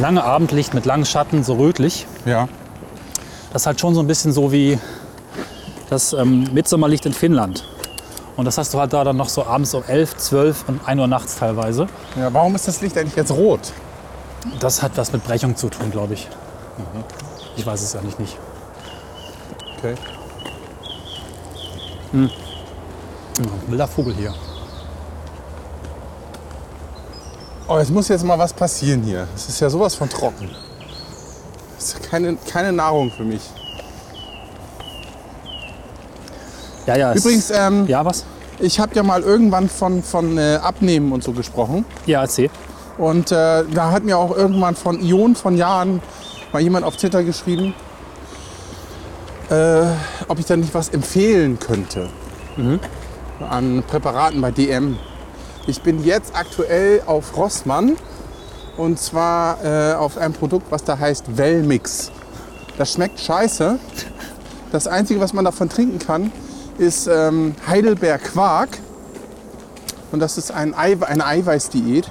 [SPEAKER 3] lange Abendlicht mit langen Schatten, so rötlich,
[SPEAKER 2] ja.
[SPEAKER 3] das ist halt schon so ein bisschen so wie das ähm, Mitsommerlicht in Finnland. Und das hast du halt da dann noch so abends um 11, 12 und 1 Uhr nachts teilweise.
[SPEAKER 2] Ja, warum ist das Licht eigentlich jetzt rot?
[SPEAKER 3] Das hat was mit Brechung zu tun, glaube ich. Mhm. Ich weiß es ehrlich nicht.
[SPEAKER 2] Okay.
[SPEAKER 3] Ja, Mhm. wilder Vogel hier.
[SPEAKER 2] Oh, es muss jetzt mal was passieren hier. Es ist ja sowas von trocken. Das ist keine, keine Nahrung für mich.
[SPEAKER 3] Ja, ja. es-
[SPEAKER 2] Übrigens, ähm,
[SPEAKER 3] Ja, was?
[SPEAKER 2] ich habe ja mal irgendwann von, von äh, Abnehmen und so gesprochen.
[SPEAKER 3] Ja, erzähl.
[SPEAKER 2] Und äh, da hat mir auch irgendwann von Ionen von Jahren mal jemand auf Twitter geschrieben, äh, ob ich da nicht was empfehlen könnte an Präparaten bei DM. Ich bin jetzt aktuell auf Rossmann und zwar äh, auf ein Produkt, was da heißt Wellmix. Das schmeckt scheiße. Das Einzige, was man davon trinken kann, ist ähm, Heidelberg Quark. Und das ist ein Eiwe eine Eiweißdiät.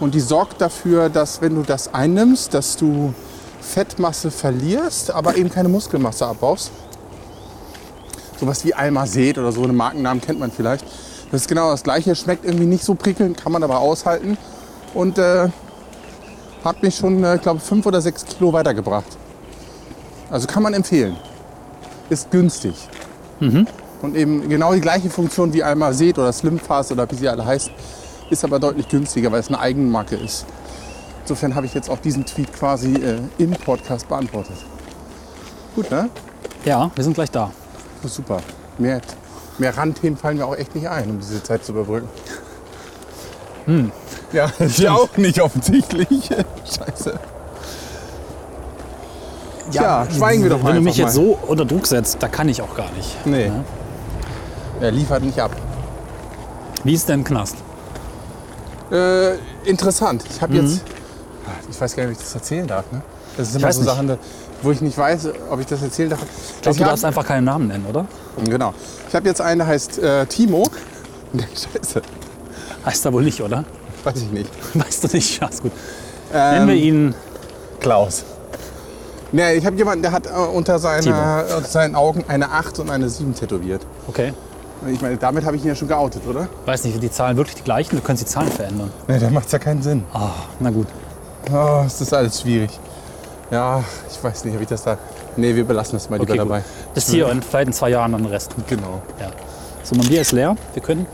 [SPEAKER 2] Und die sorgt dafür, dass wenn du das einnimmst, dass du Fettmasse verlierst, aber eben keine Muskelmasse abbaust. Sowas wie Almazet oder so, einen Markennamen kennt man vielleicht. Das ist genau das gleiche, schmeckt irgendwie nicht so prickelnd, kann man aber aushalten. Und äh, hat mich schon, äh, glaube fünf oder sechs Kilo weitergebracht. Also kann man empfehlen. Ist günstig. Und eben genau die gleiche Funktion wie Almazet oder Slimfast oder wie sie alle heißen ist aber deutlich günstiger, weil es eine Eigenmarke ist. Insofern habe ich jetzt auch diesen Tweet quasi äh, im Podcast beantwortet. Gut, ne?
[SPEAKER 3] Ja, wir sind gleich da.
[SPEAKER 2] Das ist super. Mehr, mehr Randthemen fallen mir auch echt nicht ein, um diese Zeit zu überbrücken.
[SPEAKER 3] Hm. [laughs]
[SPEAKER 2] Ja, ich auch nicht offensichtlich. [laughs] Scheiße. Ja, schweigen wir doch mal.
[SPEAKER 3] Wenn du mich
[SPEAKER 2] einfach
[SPEAKER 3] jetzt
[SPEAKER 2] mal.
[SPEAKER 3] so unter Druck setzt, da kann ich auch gar nicht.
[SPEAKER 2] Nee.
[SPEAKER 3] ne?
[SPEAKER 2] Er liefert nicht ab.
[SPEAKER 3] Wie ist denn im Knast?
[SPEAKER 2] Äh, interessant. Ich habe
[SPEAKER 3] Mhm.
[SPEAKER 2] jetzt, Ah, ich weiß gar nicht, ob ich das erzählen darf. Ne? Das sind immer
[SPEAKER 3] weiß
[SPEAKER 2] so
[SPEAKER 3] nicht.
[SPEAKER 2] Sachen, da- wo ich nicht weiß, ob ich das erzählen darf.
[SPEAKER 3] Ich glaube, du
[SPEAKER 2] hab-
[SPEAKER 3] darfst einfach keinen Namen nennen, oder?
[SPEAKER 2] Genau. Ich habe jetzt einen, der heißt äh, Timo. [laughs] Nee, Scheiße,
[SPEAKER 3] Heißt er wohl nicht, oder? [laughs]
[SPEAKER 2] weiß ich nicht.
[SPEAKER 3] Weißt du nicht? Ja, ist gut.
[SPEAKER 2] Ähm,
[SPEAKER 3] Nennen wir ihn.
[SPEAKER 2] Klaus. Nee, ich habe jemanden, der hat äh, unter, seiner,
[SPEAKER 3] Timo.
[SPEAKER 2] unter seinen Augen eine 8 und eine 7 tätowiert.
[SPEAKER 3] Okay.
[SPEAKER 2] Ich meine, damit habe ich ihn ja schon geoutet, oder?
[SPEAKER 3] Weiß nicht, sind die Zahlen wirklich die gleichen? Wir können die Zahlen verändern.
[SPEAKER 2] Nee, dann macht es ja keinen Sinn.
[SPEAKER 3] Ah, na gut.
[SPEAKER 2] Oh, es ist alles schwierig. Ja, ich weiß nicht, ob ich das da... Nee, wir belassen das mal lieber
[SPEAKER 3] Okay, gut.
[SPEAKER 2] dabei.
[SPEAKER 3] Bis hier und vielleicht in zwei Jahren dann den Rest.
[SPEAKER 2] Genau.
[SPEAKER 3] Ja. So, mein Bier ist leer. Wir können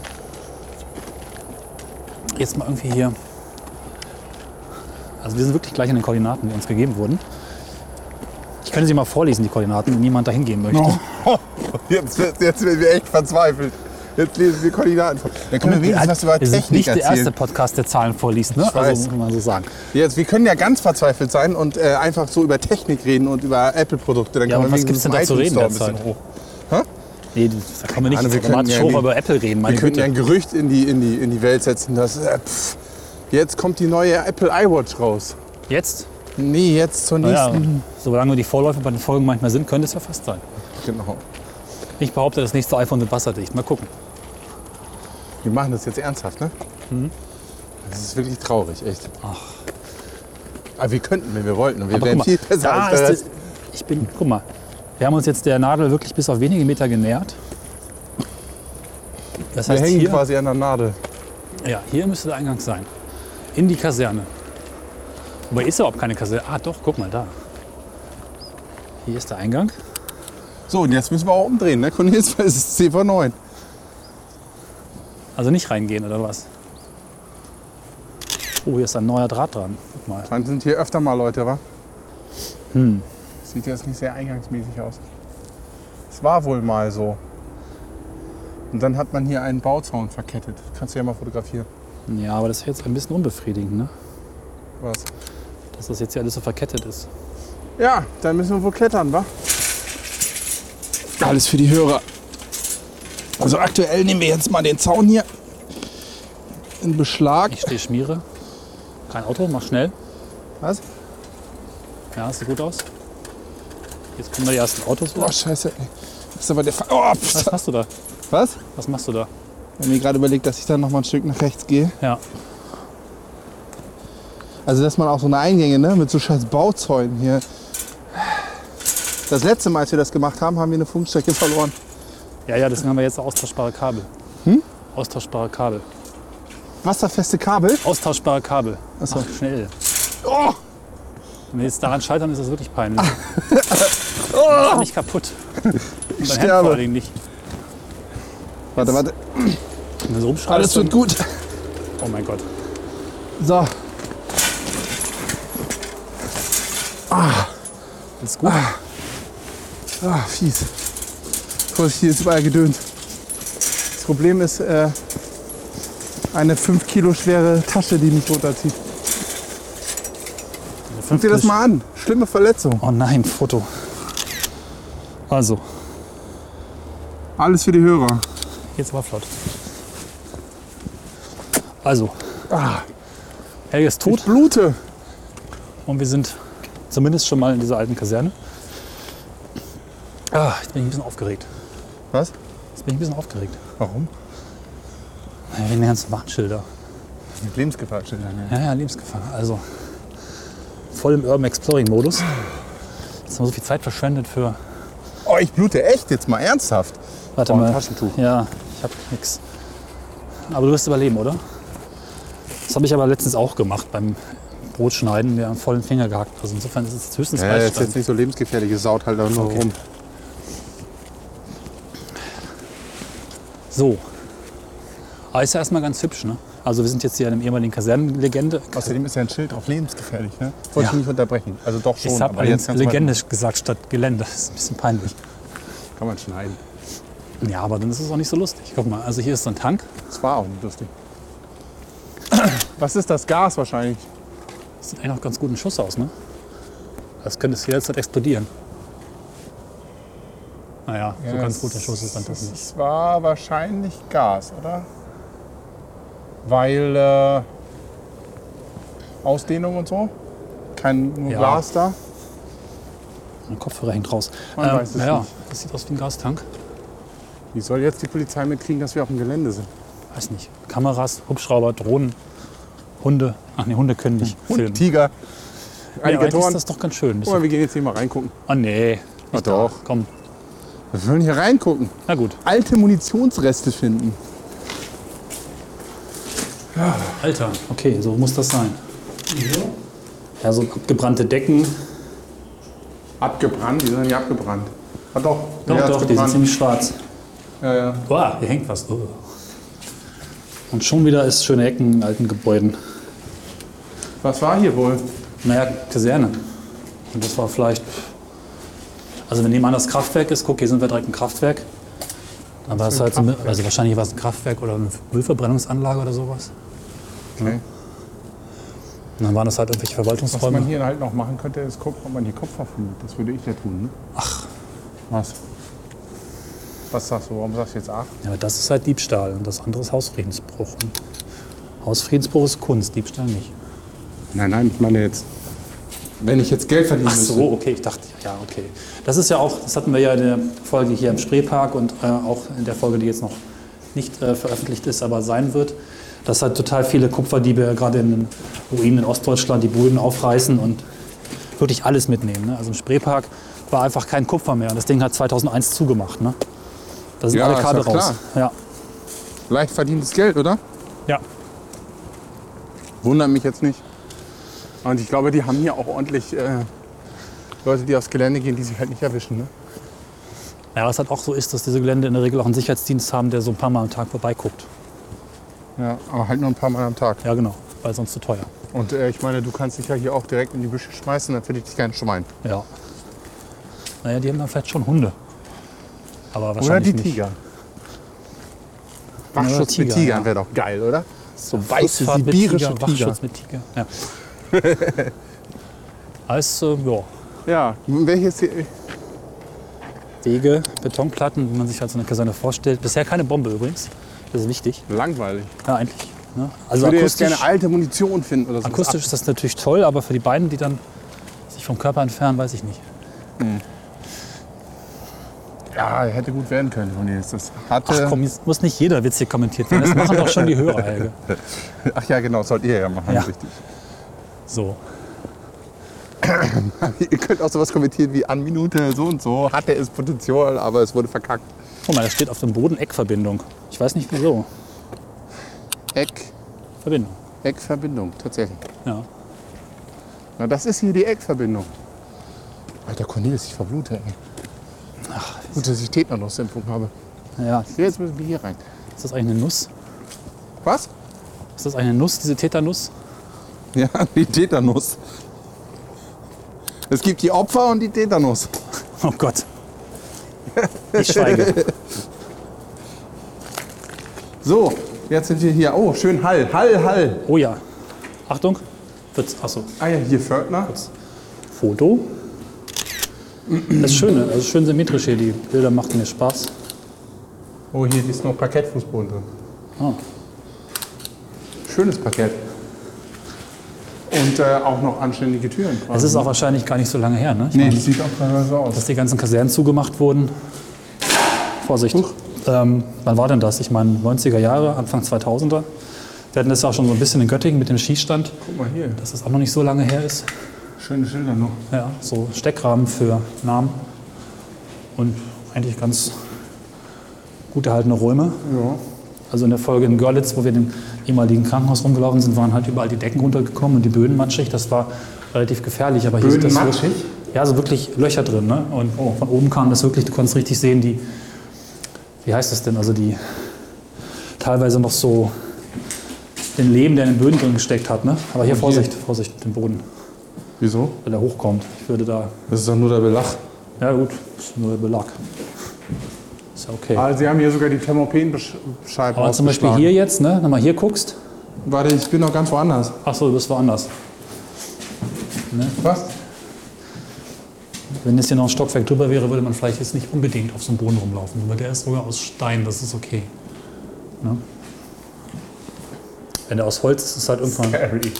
[SPEAKER 3] jetzt mal irgendwie hier. Also wir sind wirklich gleich an den Koordinaten, die uns gegeben wurden. Ich könnte sie mal vorlesen, die Koordinaten, wenn niemand dahin gehen möchte.
[SPEAKER 2] Oh, Jetzt, jetzt, jetzt werden wir echt verzweifelt. Jetzt lesen wir Koordinaten vor. Dann können wir wenigstens was über
[SPEAKER 3] wir sind
[SPEAKER 2] Technik
[SPEAKER 3] nicht der
[SPEAKER 2] erzählen.
[SPEAKER 3] erste Podcast, der Zahlen vorliest, ne?
[SPEAKER 2] Ich weiß.
[SPEAKER 3] Also muss man so sagen.
[SPEAKER 2] Jetzt, wir können ja ganz verzweifelt sein und äh, einfach so über Technik reden und über Apple-Produkte. Dann
[SPEAKER 3] Ja,
[SPEAKER 2] kann
[SPEAKER 3] aber
[SPEAKER 2] man
[SPEAKER 3] was gibt's
[SPEAKER 2] wenigstens
[SPEAKER 3] denn da zu
[SPEAKER 2] im
[SPEAKER 3] reden
[SPEAKER 2] iTunes Store ein
[SPEAKER 3] derzeit?
[SPEAKER 2] bisschen hoch.
[SPEAKER 3] Nee, das- da kann man nicht
[SPEAKER 2] Ahnung,
[SPEAKER 3] jetzt
[SPEAKER 2] wir könnten
[SPEAKER 3] automatisch
[SPEAKER 2] ja
[SPEAKER 3] hoch
[SPEAKER 2] die-
[SPEAKER 3] über Apple reden,
[SPEAKER 2] Wir
[SPEAKER 3] meine
[SPEAKER 2] könnten ja ein
[SPEAKER 3] Güte.
[SPEAKER 2] Gerücht in die, in die, in die Welt setzen, dass äh, pff, jetzt kommt die neue Apple iWatch raus.
[SPEAKER 3] Jetzt?
[SPEAKER 2] Nee, jetzt zur
[SPEAKER 3] Naja,
[SPEAKER 2] nächsten.
[SPEAKER 3] solange die Vorläufe bei den Folgen manchmal sind, könnte es ja fast sein.
[SPEAKER 2] Genau.
[SPEAKER 3] Ich behaupte, das nächste iPhone wird wasserdicht. Mal gucken.
[SPEAKER 2] Wir machen das jetzt ernsthaft, ne? Das ist wirklich traurig, echt.
[SPEAKER 3] Hm. Ach.
[SPEAKER 2] Aber wir könnten, wenn wir wollten. Und wir
[SPEAKER 3] Aber
[SPEAKER 2] wären
[SPEAKER 3] guck mal,
[SPEAKER 2] viel besser
[SPEAKER 3] da
[SPEAKER 2] als der
[SPEAKER 3] ist
[SPEAKER 2] Rest.
[SPEAKER 3] die- Ich bin, guck mal, wir haben uns jetzt der Nadel wirklich bis auf wenige Meter genähert. Das
[SPEAKER 2] Wir
[SPEAKER 3] heißt,
[SPEAKER 2] hängen
[SPEAKER 3] hier,
[SPEAKER 2] quasi an der Nadel.
[SPEAKER 3] ja, hier müsste der Eingang sein. In die Kaserne. Aber ist überhaupt keine Kaserne. Ah, doch, guck mal da. Hier ist der Eingang.
[SPEAKER 2] So, und jetzt müssen wir auch umdrehen, ne? Cornelius, weil es ist 10 vor 9.
[SPEAKER 3] Also nicht reingehen oder was? Oh, hier ist ein neuer Draht dran. Guck mal.
[SPEAKER 2] Dann sind hier öfter mal Leute, wa? Hm. Sieht jetzt nicht sehr eingangsmäßig aus. Es war wohl mal so. Und dann hat man hier einen Bauzaun verkettet. Kannst du ja mal fotografieren.
[SPEAKER 3] Ja, aber das ist jetzt ein bisschen unbefriedigend, ne?
[SPEAKER 2] Was?
[SPEAKER 3] dass das jetzt hier alles so verkettet ist.
[SPEAKER 2] Ja, dann müssen wir wohl klettern, wa? Alles für die Hörer. Also aktuell nehmen wir jetzt mal den Zaun hier in Beschlag.
[SPEAKER 3] Ich stehe Schmiere. Kein Auto, mach schnell.
[SPEAKER 2] Was?
[SPEAKER 3] Ja, das sieht gut aus. Jetzt kommen da die ersten Autos.
[SPEAKER 2] Oh,
[SPEAKER 3] Was,
[SPEAKER 2] scheiße. ey. Das ist aber der Fall. Oh, pst.
[SPEAKER 3] machst du da?
[SPEAKER 2] Was?
[SPEAKER 3] Was machst du da?
[SPEAKER 2] Ich habe mir gerade überlegt, dass ich dann noch mal ein Stück nach rechts gehe.
[SPEAKER 3] Ja,
[SPEAKER 2] Also, dass man auch so eine Eingänge ne, mit so scheiß Bauzäunen hier. Das letzte Mal, als wir das gemacht haben, haben wir eine Funkstrecke verloren.
[SPEAKER 3] ja, ja deswegen haben wir jetzt austauschbare Kabel. Hm? Austauschbare Kabel.
[SPEAKER 2] Wasserfeste Kabel.
[SPEAKER 3] Austauschbare Kabel.
[SPEAKER 2] Ach so.
[SPEAKER 3] Mach schnell.
[SPEAKER 2] Oh,
[SPEAKER 3] Wenn wir jetzt daran scheitern, ist das wirklich
[SPEAKER 2] [laughs]
[SPEAKER 3] peinlich.
[SPEAKER 2] Oh!
[SPEAKER 3] Mach's nicht kaputt. Ich
[SPEAKER 2] sterbe.
[SPEAKER 3] vor allen Dingen nicht.
[SPEAKER 2] warte, warte.
[SPEAKER 3] Wenn du so
[SPEAKER 2] Alles
[SPEAKER 3] rumschreist,
[SPEAKER 2] wird gut.
[SPEAKER 3] dann- Oh mein Gott.
[SPEAKER 2] So,
[SPEAKER 3] Ist gut.
[SPEAKER 2] Ah, fies. Vorsicht, hier ist überall gedönt. Das Problem ist äh, eine 5 Kilo schwere Tasche, die mich runterzieht. Guck dir das mal an. Schlimme Verletzung.
[SPEAKER 3] Oh nein, Foto. Also,
[SPEAKER 2] Alles für die Hörer.
[SPEAKER 3] jetzt aber flott. Also,
[SPEAKER 2] Ah,
[SPEAKER 3] Helge ist tot.
[SPEAKER 2] ich blute.
[SPEAKER 3] Und wir sind zumindest schon mal in dieser alten Kaserne. Ah, jetzt bin ich ein bisschen aufgeregt.
[SPEAKER 2] Was?
[SPEAKER 3] Jetzt bin ich ein bisschen aufgeregt.
[SPEAKER 2] Warum?
[SPEAKER 3] Wegen der ganzen Warnschilder.
[SPEAKER 2] Mit Lebensgefahrschildern.
[SPEAKER 3] Ja, ja, Lebensgefahr. Also voll im Urban Exploring-Modus. Jetzt haben wir so viel Zeit verschwendet für.
[SPEAKER 2] Oh, ich blute echt jetzt mal ernsthaft.
[SPEAKER 3] Warte
[SPEAKER 2] Oh, ein
[SPEAKER 3] mal.
[SPEAKER 2] Taschentuch.
[SPEAKER 3] Ja, ich hab nix. Aber du wirst überleben, oder? Das habe ich aber letztens auch gemacht beim Brotschneiden. Wir haben voll den Finger gehackt. Also insofern ist es höchstens
[SPEAKER 2] Ja, jetzt,
[SPEAKER 3] Beistand.
[SPEAKER 2] jetzt nicht so lebensgefährlich, es saut halt auch nur rum.
[SPEAKER 3] So. Aber ist ja erstmal ganz hübsch, ne? Also wir sind jetzt hier in einem ehemaligen Kasernenlegende.
[SPEAKER 2] Außerdem ist ja ein Schild drauf lebensgefährlich, ne?
[SPEAKER 3] Wollte ich
[SPEAKER 2] nicht unterbrechen. Also doch
[SPEAKER 3] Ich habe allerdings Legende gesagt statt Gelände. Das ist ein bisschen peinlich.
[SPEAKER 2] Kann man schneiden.
[SPEAKER 3] Ja, aber dann ist es auch nicht so lustig. Guck mal, also hier ist so ein Tank.
[SPEAKER 2] Das war auch nicht lustig. [coughs] Was ist das Gas wahrscheinlich?
[SPEAKER 3] Das sieht eigentlich noch ganz guten Schuss aus, ne? Das könnte es jederzeit explodieren. Naja, so ganz guter Schuss ist dann doch nicht.
[SPEAKER 2] Es war wahrscheinlich Gas, oder? Weil äh, Ausdehnung und so. Kein nur
[SPEAKER 3] Ja.
[SPEAKER 2] Glas da.
[SPEAKER 3] Mein Kopfhörer hängt raus. Ähm,
[SPEAKER 2] Man weiß es
[SPEAKER 3] naja,
[SPEAKER 2] nicht.
[SPEAKER 3] das sieht aus wie ein Gastank.
[SPEAKER 2] Wie soll jetzt die Polizei mitkriegen, dass wir auf dem Gelände sind?
[SPEAKER 3] Weiß nicht. Kameras, Hubschrauber, Drohnen, Hunde. Ach nee, Hunde können nicht filmen.
[SPEAKER 2] Tiger.
[SPEAKER 3] Nee, eigentlich ist
[SPEAKER 2] Hm. Alligatoren.
[SPEAKER 3] das doch ganz schön.
[SPEAKER 2] Guck mal, wir gehen jetzt hier mal reingucken.
[SPEAKER 3] oh nee. nicht
[SPEAKER 2] Na
[SPEAKER 3] da.
[SPEAKER 2] doch.
[SPEAKER 3] Komm.
[SPEAKER 2] Wir wollen hier reingucken.
[SPEAKER 3] Na gut.
[SPEAKER 2] Alte Munitionsreste finden.
[SPEAKER 3] Alter. Okay, so muss das sein. Ja, so abgebrannte Decken.
[SPEAKER 2] Abgebrannt? Die sind ja abgebrannt. Ah, doch.
[SPEAKER 3] Doch,
[SPEAKER 2] Ja,
[SPEAKER 3] doch, die sind
[SPEAKER 2] abgebrannt.
[SPEAKER 3] ziemlich schwarz.
[SPEAKER 2] ja, ja.
[SPEAKER 3] Boah, hier hängt was. Oh. Und schon wieder ist schöne Ecken in alten Gebäuden.
[SPEAKER 2] Was war hier wohl?
[SPEAKER 3] Naja, Kaserne. Und das war vielleicht. Also, wenn nebenan das Kraftwerk ist, guck, hier sind wir direkt ein Kraftwerk. Dann war es
[SPEAKER 2] für ein
[SPEAKER 3] halt so, ein-
[SPEAKER 2] Kraftwerk?
[SPEAKER 3] also wahrscheinlich war es ein Kraftwerk oder eine Müllverbrennungsanlage oder sowas.
[SPEAKER 2] Okay.
[SPEAKER 3] Und dann waren das halt irgendwelche
[SPEAKER 2] Was man
[SPEAKER 3] Verwaltungsräume.
[SPEAKER 2] hier halt noch machen könnte, ist gucken, ob man hier Kupfer findet. Das würde ich ja tun. Ne? Ach. Was? Was sagst du? Warum sagst du jetzt ach?
[SPEAKER 3] Ja, aber das ist halt Diebstahl und das andere ist Hausfriedensbruch. Und Hausfriedensbruch ist Kunst, Diebstahl nicht.
[SPEAKER 2] Nein, nein, ich meine jetzt, wenn ich jetzt Geld verdienen
[SPEAKER 3] Ach so, okay, ich dachte, ja, okay. Das ist ja auch, das hatten wir ja in der Folge hier im Spreepark und äh, auch in der Folge, die jetzt noch nicht äh, veröffentlicht ist, aber sein wird, dass halt total viele Kupferdiebe gerade in den Ruinen in Ostdeutschland die Buden aufreißen und wirklich alles mitnehmen. Ne? Also im Spreepark war einfach kein Kupfer mehr und das Ding hat 2001 zugemacht. Ne? Da sind
[SPEAKER 2] Ja,
[SPEAKER 3] alle
[SPEAKER 2] ist
[SPEAKER 3] Kabel
[SPEAKER 2] doch klar.
[SPEAKER 3] raus. Ja,
[SPEAKER 2] Leicht verdientes Geld, oder?
[SPEAKER 3] ja.
[SPEAKER 2] Wundert mich jetzt nicht. Und ich glaube, die haben hier auch ordentlich äh, Leute, die aufs Gelände gehen, die sich halt nicht erwischen. Ne?
[SPEAKER 3] Ja, was halt auch so ist, dass diese Gelände in der Regel auch einen Sicherheitsdienst haben, der so ein paar Mal am Tag vorbeiguckt.
[SPEAKER 2] Ja, aber halt nur ein paar Mal am Tag.
[SPEAKER 3] Ja, genau, weil sonst zu teuer.
[SPEAKER 2] Und äh, ich meine, du kannst dich ja hier auch direkt in die Büsche schmeißen, dann findet dich kein Schwein.
[SPEAKER 3] Ja. Naja, die haben dann vielleicht schon Hunde. Aber wahrscheinlich
[SPEAKER 2] Oder die
[SPEAKER 3] nicht.
[SPEAKER 2] Tiger. Wachschutz
[SPEAKER 3] Tiger,
[SPEAKER 2] mit Tigern
[SPEAKER 3] ja.
[SPEAKER 2] wäre doch geil, oder? So weiße
[SPEAKER 3] Flussfahrt mit
[SPEAKER 2] sibirische [laughs]
[SPEAKER 3] Tiger,
[SPEAKER 2] Tiger.
[SPEAKER 3] Wachschutz mit Tiger. Ja. Als äh, ja,
[SPEAKER 2] Ja,
[SPEAKER 3] Hm,
[SPEAKER 2] welches hier?
[SPEAKER 3] Wege, Betonplatten, wie man sich halt so eine Kaserne vorstellt. Bisher keine Bombe übrigens. Das ist wichtig.
[SPEAKER 2] Langweilig.
[SPEAKER 3] Ja, eigentlich. Ne? Also
[SPEAKER 2] Ich würde jetzt
[SPEAKER 3] akustisch,
[SPEAKER 2] gerne alte Munition finden oder so.
[SPEAKER 3] akustisch ist das natürlich toll, aber für die beiden, die dann sich vom Körper entfernen, weiß ich nicht.
[SPEAKER 2] Ja, hätte gut werden können, Cornelis. Das hatte.
[SPEAKER 3] Ach komm, jetzt muss nicht jeder Witz hier kommentiert werden. Das machen doch schon die
[SPEAKER 2] [laughs]
[SPEAKER 3] Hörer, Helge.
[SPEAKER 2] Ach ja, genau, das sollt ihr ja machen,
[SPEAKER 3] Ja.
[SPEAKER 2] richtig. [laughs]
[SPEAKER 3] So.
[SPEAKER 2] Ihr könnt auch sowas kommentieren wie an Minute so und so hatte es Potenzial, aber es wurde verkackt.
[SPEAKER 3] Guck mal, da steht auf dem Boden Eckverbindung. Ich weiß nicht wieso.
[SPEAKER 2] Eck,
[SPEAKER 3] Verbindung.
[SPEAKER 2] Eckverbindung, tatsächlich.
[SPEAKER 3] Ja.
[SPEAKER 2] Na, das ist hier die Eckverbindung. Alter Cornelis, ich verblute, ey. Gut, dass ich Tetanus noch Impfung habe.
[SPEAKER 3] ja.
[SPEAKER 2] Jetzt müssen wir hier rein.
[SPEAKER 3] Ist das eigentlich eine Nuss?
[SPEAKER 2] Was?
[SPEAKER 3] Ist das eine Nuss, diese Tetanus?
[SPEAKER 2] Ja, [laughs] die Tetanus. Es gibt die Opfer und die Tetanus.
[SPEAKER 3] Oh Gott. Ich schweige.
[SPEAKER 2] So, jetzt sind wir hier. Oh, schön Hall, Hall, Hall.
[SPEAKER 3] Oh ja. Achtung. Wird's. Achso.
[SPEAKER 2] Ah ja, hier Fördner.
[SPEAKER 3] Foto. Das Schöne, also schön symmetrisch hier. Die Bilder machen mir Spaß.
[SPEAKER 2] Oh, hier ist noch Parkettfußboden drin.
[SPEAKER 3] Ah.
[SPEAKER 2] Schönes Parkett. Und äh, auch noch anständige Türen.
[SPEAKER 3] Es
[SPEAKER 2] Quasi.
[SPEAKER 3] ist auch wahrscheinlich gar nicht so lange her, ne? Ich
[SPEAKER 2] nee,
[SPEAKER 3] meine,
[SPEAKER 2] das sieht auch teilweise aus.
[SPEAKER 3] dass die ganzen Kasernen zugemacht wurden. Vorsicht. Ähm, wann war denn das? Ich meine 90er Jahre, Anfang 2000er. Wir hatten das ja auch schon so ein bisschen in Göttingen mit dem Schießstand,
[SPEAKER 2] Guck mal hier,
[SPEAKER 3] dass das auch noch nicht so lange her ist.
[SPEAKER 2] schöne Schilder noch.
[SPEAKER 3] Ja, so Steckrahmen für Namen und eigentlich ganz gut erhaltene Räume.
[SPEAKER 2] Ja.
[SPEAKER 3] Also in der Folge in Görlitz, wo wir in dem ehemaligen Krankenhaus rumgelaufen sind, waren halt überall die Decken runtergekommen und die Böden matschig. Das war relativ gefährlich. Aber hier
[SPEAKER 2] Böden
[SPEAKER 3] ist das
[SPEAKER 2] matschig? Oh.
[SPEAKER 3] wirklich- Ja, so wirklich Löcher drin. Ne? Und von oben kam das wirklich, du konntest richtig sehen, die, wie heißt das denn, also die teilweise noch so den Lehm, der in den Böden drin gesteckt hat. Ne? Aber
[SPEAKER 2] Oh
[SPEAKER 3] hier Vorsicht, Vorsicht mit dem Boden,
[SPEAKER 2] Wieso?
[SPEAKER 3] wenn der hochkommt. Ich würde da
[SPEAKER 2] Das ist doch nur der Belach.
[SPEAKER 3] ja gut, ist nur Belag. Ist ja okay.
[SPEAKER 2] Ah, sie haben hier sogar die Thermopenscheibe
[SPEAKER 3] Aber zum Beispiel hier jetzt, ne, wenn man hier guckst,
[SPEAKER 2] Warte, ich bin noch ganz woanders.
[SPEAKER 3] ach so, du bist woanders.
[SPEAKER 2] Was?
[SPEAKER 3] Wenn es hier noch ein Stockwerk drüber wäre, würde man vielleicht jetzt nicht unbedingt auf so einem Boden rumlaufen. Aber der ist sogar aus Stein, das ist okay. Ne? Wenn der aus Holz ist, ist es halt irgendwann,
[SPEAKER 2] Harry.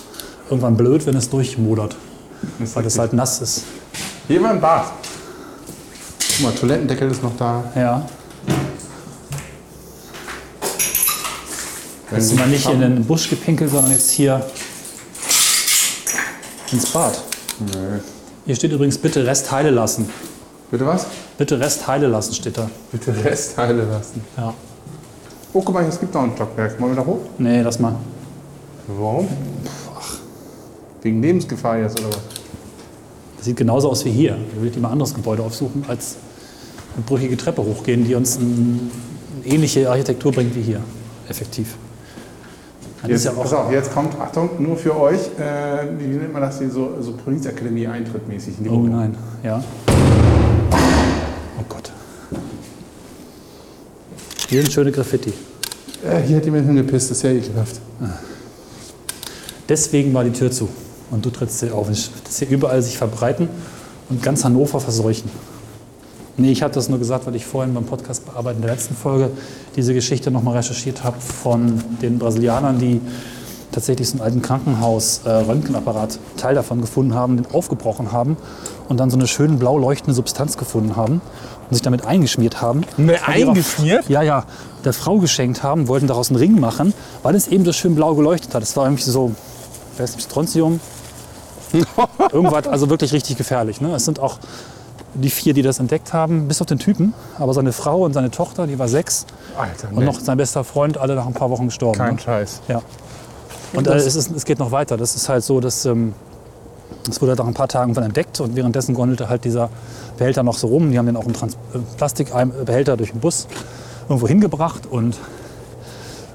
[SPEAKER 3] irgendwann blöd, wenn es durchmodert,
[SPEAKER 2] Das
[SPEAKER 3] weil es halt nass ist.
[SPEAKER 2] hier war ein Bad. Guck mal, Toilettendeckel ist noch da.
[SPEAKER 3] Ja. Jetzt sind wir nicht in den Busch gepinkelt, sondern jetzt hier ins Bad.
[SPEAKER 2] Nee.
[SPEAKER 3] Hier steht übrigens, bitte Resteile lassen.
[SPEAKER 2] Bitte was?
[SPEAKER 3] Bitte Resteile lassen steht da.
[SPEAKER 2] Bitte Restteile lassen.
[SPEAKER 3] Ja.
[SPEAKER 2] Oh, guck mal, es gibt noch ein Stockwerk. Wollen wir da hoch?
[SPEAKER 3] Nee, lass mal.
[SPEAKER 2] Warum? Wegen Lebensgefahr jetzt oder was?
[SPEAKER 3] Das sieht genauso aus wie hier. Da würde ich lieber ein anderes Gebäude aufsuchen, als eine brüchige Treppe hochgehen, die uns ein, eine ähnliche Architektur bringt wie hier. Effektiv. Dann
[SPEAKER 2] Jetzt,
[SPEAKER 3] ist ja
[SPEAKER 2] pass
[SPEAKER 3] auch,
[SPEAKER 2] auf, jetzt kommt, Achtung, nur für euch, äh, wie nennt man das hier, so, so Politakademie eintrittmäßig in die
[SPEAKER 3] oh
[SPEAKER 2] Wohnung.
[SPEAKER 3] nein, ja. Oh Gott. Hier sind schöne Graffiti.
[SPEAKER 2] Äh, hier hat jemand hingepisst, das ist ja ekelhaft.
[SPEAKER 3] Deswegen war die Tür zu. Und du trittst hier auf. Das hier überall sich verbreiten und ganz Hannover verseuchen. Nee, ich habe das nur gesagt, weil ich vorhin beim Podcast bearbeiten der letzten Folge diese Geschichte nochmal recherchiert habe von den Brasilianern, die tatsächlich so einen alten Krankenhaus äh, Röntgenapparat, Teil davon gefunden haben, den aufgebrochen haben und dann so eine schöne blau leuchtende Substanz gefunden haben und sich damit eingeschmiert haben.
[SPEAKER 2] Ne,
[SPEAKER 3] Und ihrer-
[SPEAKER 2] eingeschmiert?
[SPEAKER 3] Ja, ja, der Frau geschenkt haben, wollten daraus einen Ring machen, weil es eben so schön blau geleuchtet hat. Es war irgendwie so, ich weiß
[SPEAKER 2] [laughs]
[SPEAKER 3] nicht, Strontium, irgendwas, also wirklich richtig gefährlich. Ne? Es sind auch die vier, die das entdeckt haben, bis auf den Typen. Aber seine Frau und seine Tochter, die war sechs,
[SPEAKER 2] Alter,
[SPEAKER 3] und noch sein bester Freund, alle nach ein paar Wochen gestorben.
[SPEAKER 2] kein
[SPEAKER 3] ne?
[SPEAKER 2] Scheiß.
[SPEAKER 3] ja. Und äh, es, ist, es geht noch weiter. Das ist halt so, dass ähm, es wurde halt nach ein paar Tagen dann entdeckt und währenddessen gondelte halt dieser Behälter noch so rum. Die haben den auch im Trans äh, Plastikbehälter durch den Bus irgendwo hingebracht und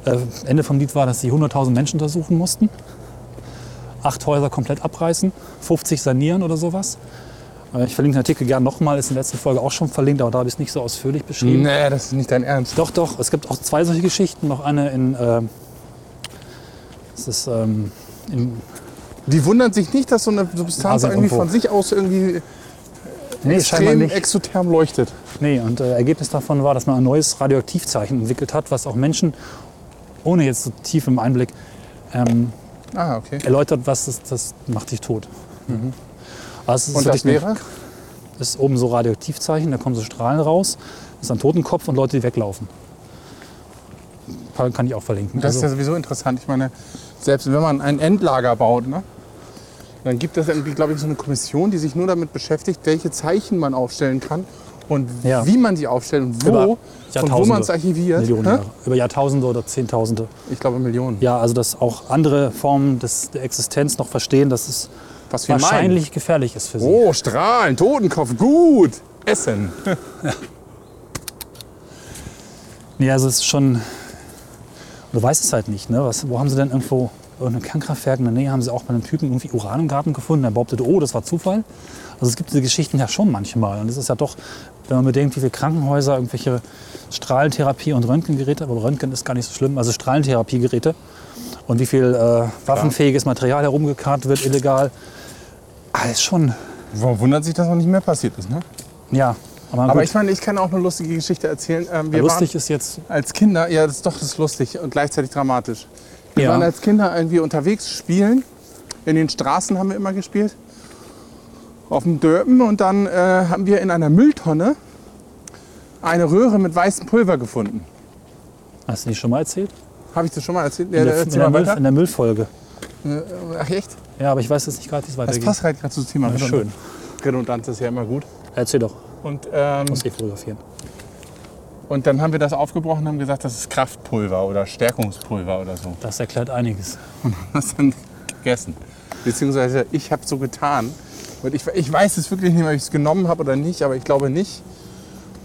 [SPEAKER 3] äh, Ende vom Lied war, dass sie 100.000 Menschen untersuchen mussten, acht Häuser komplett abreißen, 50 sanieren oder sowas. Äh, Ich verlinke den Artikel gern nochmal, ist in der letzten Folge auch schon verlinkt, aber da habe ich es nicht so ausführlich beschrieben.
[SPEAKER 2] Nee, Äh, das ist nicht dein Ernst.
[SPEAKER 3] Doch, doch. Es gibt auch zwei solche Geschichten. Noch eine in, äh, es ist, ähm, in
[SPEAKER 2] Die wundern sich nicht, dass so eine Substanz
[SPEAKER 3] Nase
[SPEAKER 2] irgendwie
[SPEAKER 3] irgendwo.
[SPEAKER 2] von sich aus irgendwie
[SPEAKER 3] Nee, scheinbar
[SPEAKER 2] extrem
[SPEAKER 3] nicht.
[SPEAKER 2] exotherm leuchtet.
[SPEAKER 3] Nee, und äh, Ergebnis davon war, dass man ein neues Radioaktivzeichen entwickelt hat, was auch Menschen, ohne jetzt so tief im Einblick, ähm,
[SPEAKER 2] Ah, okay.
[SPEAKER 3] erläutert, was das, das macht dich tot. Also es ist
[SPEAKER 2] Mhm. Und das
[SPEAKER 3] wirklich
[SPEAKER 2] wäre?
[SPEAKER 3] Eine, ist oben so Radioaktivzeichen, da kommen so Strahlen raus, ist ein Totenkopf und Leute, die weglaufen. Kann kann ich auch verlinken.
[SPEAKER 2] Das ist ja
[SPEAKER 3] also,
[SPEAKER 2] sowieso interessant. Ich meine, selbst wenn man ein Endlager baut, ne, dann gibt es irgendwie, glaube ich, so eine Kommission, die sich nur damit beschäftigt, welche Zeichen man aufstellen kann und
[SPEAKER 3] Ja.
[SPEAKER 2] wie man sie aufstellt und
[SPEAKER 3] über
[SPEAKER 2] wo und wo
[SPEAKER 3] Jahrtausende,
[SPEAKER 2] man es archiviert.
[SPEAKER 3] Millionen
[SPEAKER 2] Hä?
[SPEAKER 3] Jahre, über Jahrtausende oder Zehntausende.
[SPEAKER 2] Ich glaube Millionen.
[SPEAKER 3] Ja, also dass auch andere Formen des, der Existenz noch verstehen, dass es
[SPEAKER 2] Was wir
[SPEAKER 3] wahrscheinlich gefährlich ist für sie.
[SPEAKER 2] meinen. Oh, Strahlen, Totenkopf, gut. Essen.
[SPEAKER 3] Ja, also es ist schon. Du weißt es halt nicht, ne? Was, wo haben sie denn irgendwo irgendein Kernkraftwerk in der Nähe haben sie auch bei einem Typen irgendwie Uran im Garten gefunden, der behauptet, oh, das war Zufall. Also es gibt diese Geschichten ja schon manchmal. Und es ist ja doch, wenn man bedenkt, wie viele Krankenhäuser, irgendwelche Strahlentherapie und Röntgengeräte, aber Röntgen ist gar nicht so schlimm, also Strahlentherapiegeräte und wie viel äh, waffenfähiges Material herumgekarrt wird, illegal. Alles schon,
[SPEAKER 2] Man wundert sich, dass noch nicht mehr passiert ist. Ne?
[SPEAKER 3] ja. Aber,
[SPEAKER 2] Aber
[SPEAKER 3] gut,
[SPEAKER 2] ich meine, ich kann auch eine lustige Geschichte erzählen. Ähm, wir waren-
[SPEAKER 3] lustig ist jetzt,
[SPEAKER 2] als Kinder, ja, das ist doch das ist lustig und gleichzeitig dramatisch. Wir
[SPEAKER 3] Ja.
[SPEAKER 2] waren als Kinder irgendwie unterwegs spielen. In den Straßen haben wir immer gespielt. Auf dem Dörpen. Und dann äh, haben wir in einer Mülltonne eine Röhre mit weißem Pulver gefunden.
[SPEAKER 3] hast du nicht schon mal erzählt?
[SPEAKER 2] Habe ich das schon mal erzählt? Ja,
[SPEAKER 3] In der, in,
[SPEAKER 2] erzähl
[SPEAKER 3] der
[SPEAKER 2] mal
[SPEAKER 3] Müll,
[SPEAKER 2] weiter.
[SPEAKER 3] in der Müllfolge.
[SPEAKER 2] Ach echt?
[SPEAKER 3] Ja, aber ich weiß jetzt nicht gerade, wie es
[SPEAKER 2] Das
[SPEAKER 3] weitergeht.
[SPEAKER 2] passt halt gerade zum Thema.
[SPEAKER 3] Ja, schön.
[SPEAKER 2] Redundanz ist ja immer gut.
[SPEAKER 3] Erzähl doch,
[SPEAKER 2] Und, ähm,
[SPEAKER 3] muss ich fotografieren.
[SPEAKER 2] und dann haben wir das aufgebrochen und haben gesagt, das ist Kraftpulver oder Stärkungspulver oder so.
[SPEAKER 3] Das erklärt einiges.
[SPEAKER 2] das dann gegessen. Beziehungsweise ich habe so getan. Und ich, ich weiß es wirklich nicht mehr, ob ich es genommen habe oder nicht, aber ich glaube nicht.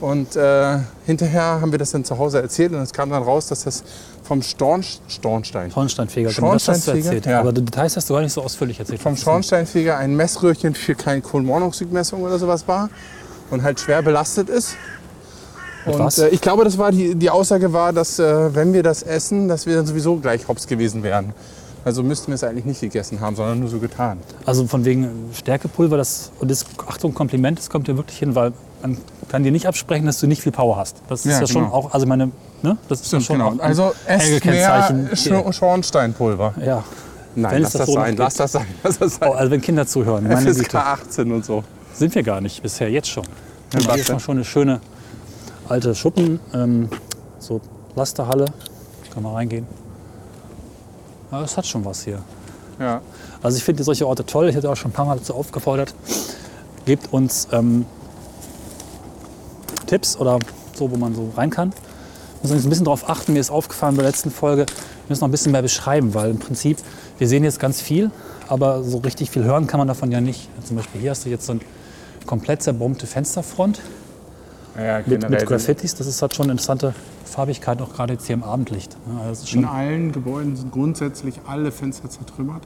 [SPEAKER 2] Und äh, hinterher haben wir das dann zu Hause erzählt und es kam dann raus, dass das vom Stornsch Stornstein,
[SPEAKER 3] Schornsteinfeger, genau, das hast du
[SPEAKER 2] Schornsteinfeger?
[SPEAKER 3] erzählt.
[SPEAKER 2] Ja.
[SPEAKER 3] Aber die Details hast du gar nicht so ausführlich erzählt.
[SPEAKER 2] vom Schornsteinfeger ein Messröhrchen für keine Kohlenmonoxidmessung oder sowas war und halt schwer belastet ist.
[SPEAKER 3] Mit
[SPEAKER 2] Und
[SPEAKER 3] was?
[SPEAKER 2] äh, ich glaube, das war die, die Aussage war, dass äh, wenn wir das essen, dass wir dann sowieso gleich hops gewesen wären. Also müssten wir es eigentlich nicht gegessen haben, sondern nur so getan.
[SPEAKER 3] Also von wegen Stärkepulver, das, und das, Achtung, Kompliment, das kommt dir wirklich hin, weil man kann dir nicht absprechen, dass du nicht viel Power hast. Das ist
[SPEAKER 2] Ja,
[SPEAKER 3] ja schon
[SPEAKER 2] genau.
[SPEAKER 3] auch, also ich meine, ne, das ist ja
[SPEAKER 2] Stimmt,
[SPEAKER 3] schon
[SPEAKER 2] genau.
[SPEAKER 3] auch ein
[SPEAKER 2] Also esst
[SPEAKER 3] Erkennzeichen.
[SPEAKER 2] mehr Sch- Schornsteinpulver.
[SPEAKER 3] Ja,
[SPEAKER 2] Nein,
[SPEAKER 3] Wenn es
[SPEAKER 2] lass
[SPEAKER 3] das
[SPEAKER 2] das,
[SPEAKER 3] so
[SPEAKER 2] sein,
[SPEAKER 3] nicht
[SPEAKER 2] lass das sein, lass das
[SPEAKER 3] oh,
[SPEAKER 2] sein.
[SPEAKER 3] also wenn
[SPEAKER 2] [laughs]
[SPEAKER 3] Kinder zuhören, meine
[SPEAKER 2] FSK
[SPEAKER 3] Güte,
[SPEAKER 2] 18 und so.
[SPEAKER 3] sind wir gar nicht bisher, jetzt schon.
[SPEAKER 2] Ja,
[SPEAKER 3] Hier ist
[SPEAKER 2] warte.
[SPEAKER 3] mal schon eine schöne alte Schuppen, ähm, so Lasterhalle, kann man reingehen. Ja, das hat schon was hier.
[SPEAKER 2] Ja.
[SPEAKER 3] Also ich finde solche Orte toll. Ich hätte auch schon ein paar Mal dazu aufgefordert. Gebt uns ähm, Tipps oder so, wo man so rein kann. Muss uns ein bisschen darauf achten. Mir ist aufgefallen bei der letzten Folge, wir müssen noch ein bisschen mehr beschreiben, weil im Prinzip, wir sehen jetzt ganz viel, aber so richtig viel hören kann man davon ja nicht. Zum Beispiel hier hast du jetzt so eine komplett zerbombte Fensterfront
[SPEAKER 2] Ja,
[SPEAKER 3] mit,
[SPEAKER 2] generell
[SPEAKER 3] mit Graffitis. Das ist, hat schon eine interessante Farbigkeit, auch gerade jetzt hier im Abendlicht. Ja, Das, ist
[SPEAKER 2] In
[SPEAKER 3] schon,
[SPEAKER 2] allen Gebäuden sind grundsätzlich alle Fenster zertrümmert.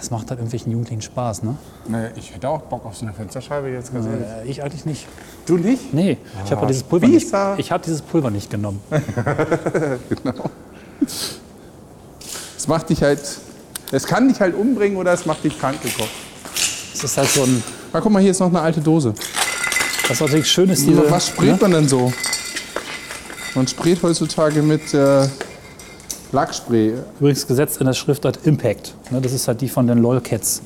[SPEAKER 3] das macht halt irgendwelchen Jugendlichen Spaß, ne?
[SPEAKER 2] Naja, ich hätte auch Bock auf so eine Fensterscheibe jetzt ganz ehrlich.
[SPEAKER 3] Äh, Ich eigentlich nicht.
[SPEAKER 2] Du nicht?
[SPEAKER 3] Nee, ich habe
[SPEAKER 2] Ah,
[SPEAKER 3] dieses Pulver nicht,
[SPEAKER 2] Spießer.
[SPEAKER 3] ich habe dieses Pulver nicht genommen.
[SPEAKER 2] Genau. Es macht dich halt. Es kann dich halt umbringen oder es macht dich krank gekocht.
[SPEAKER 3] Es ist halt so ein,
[SPEAKER 2] Na, guck mal, hier ist noch eine alte Dose. Also,
[SPEAKER 3] was natürlich schön ist, diese, ne?
[SPEAKER 2] Was sprüht man denn so? Man sprüht heutzutage mit äh, Lackspray.
[SPEAKER 3] übrigens gesetzt in der Schriftart Impact. Ne, das ist halt die von den LOL-Cats.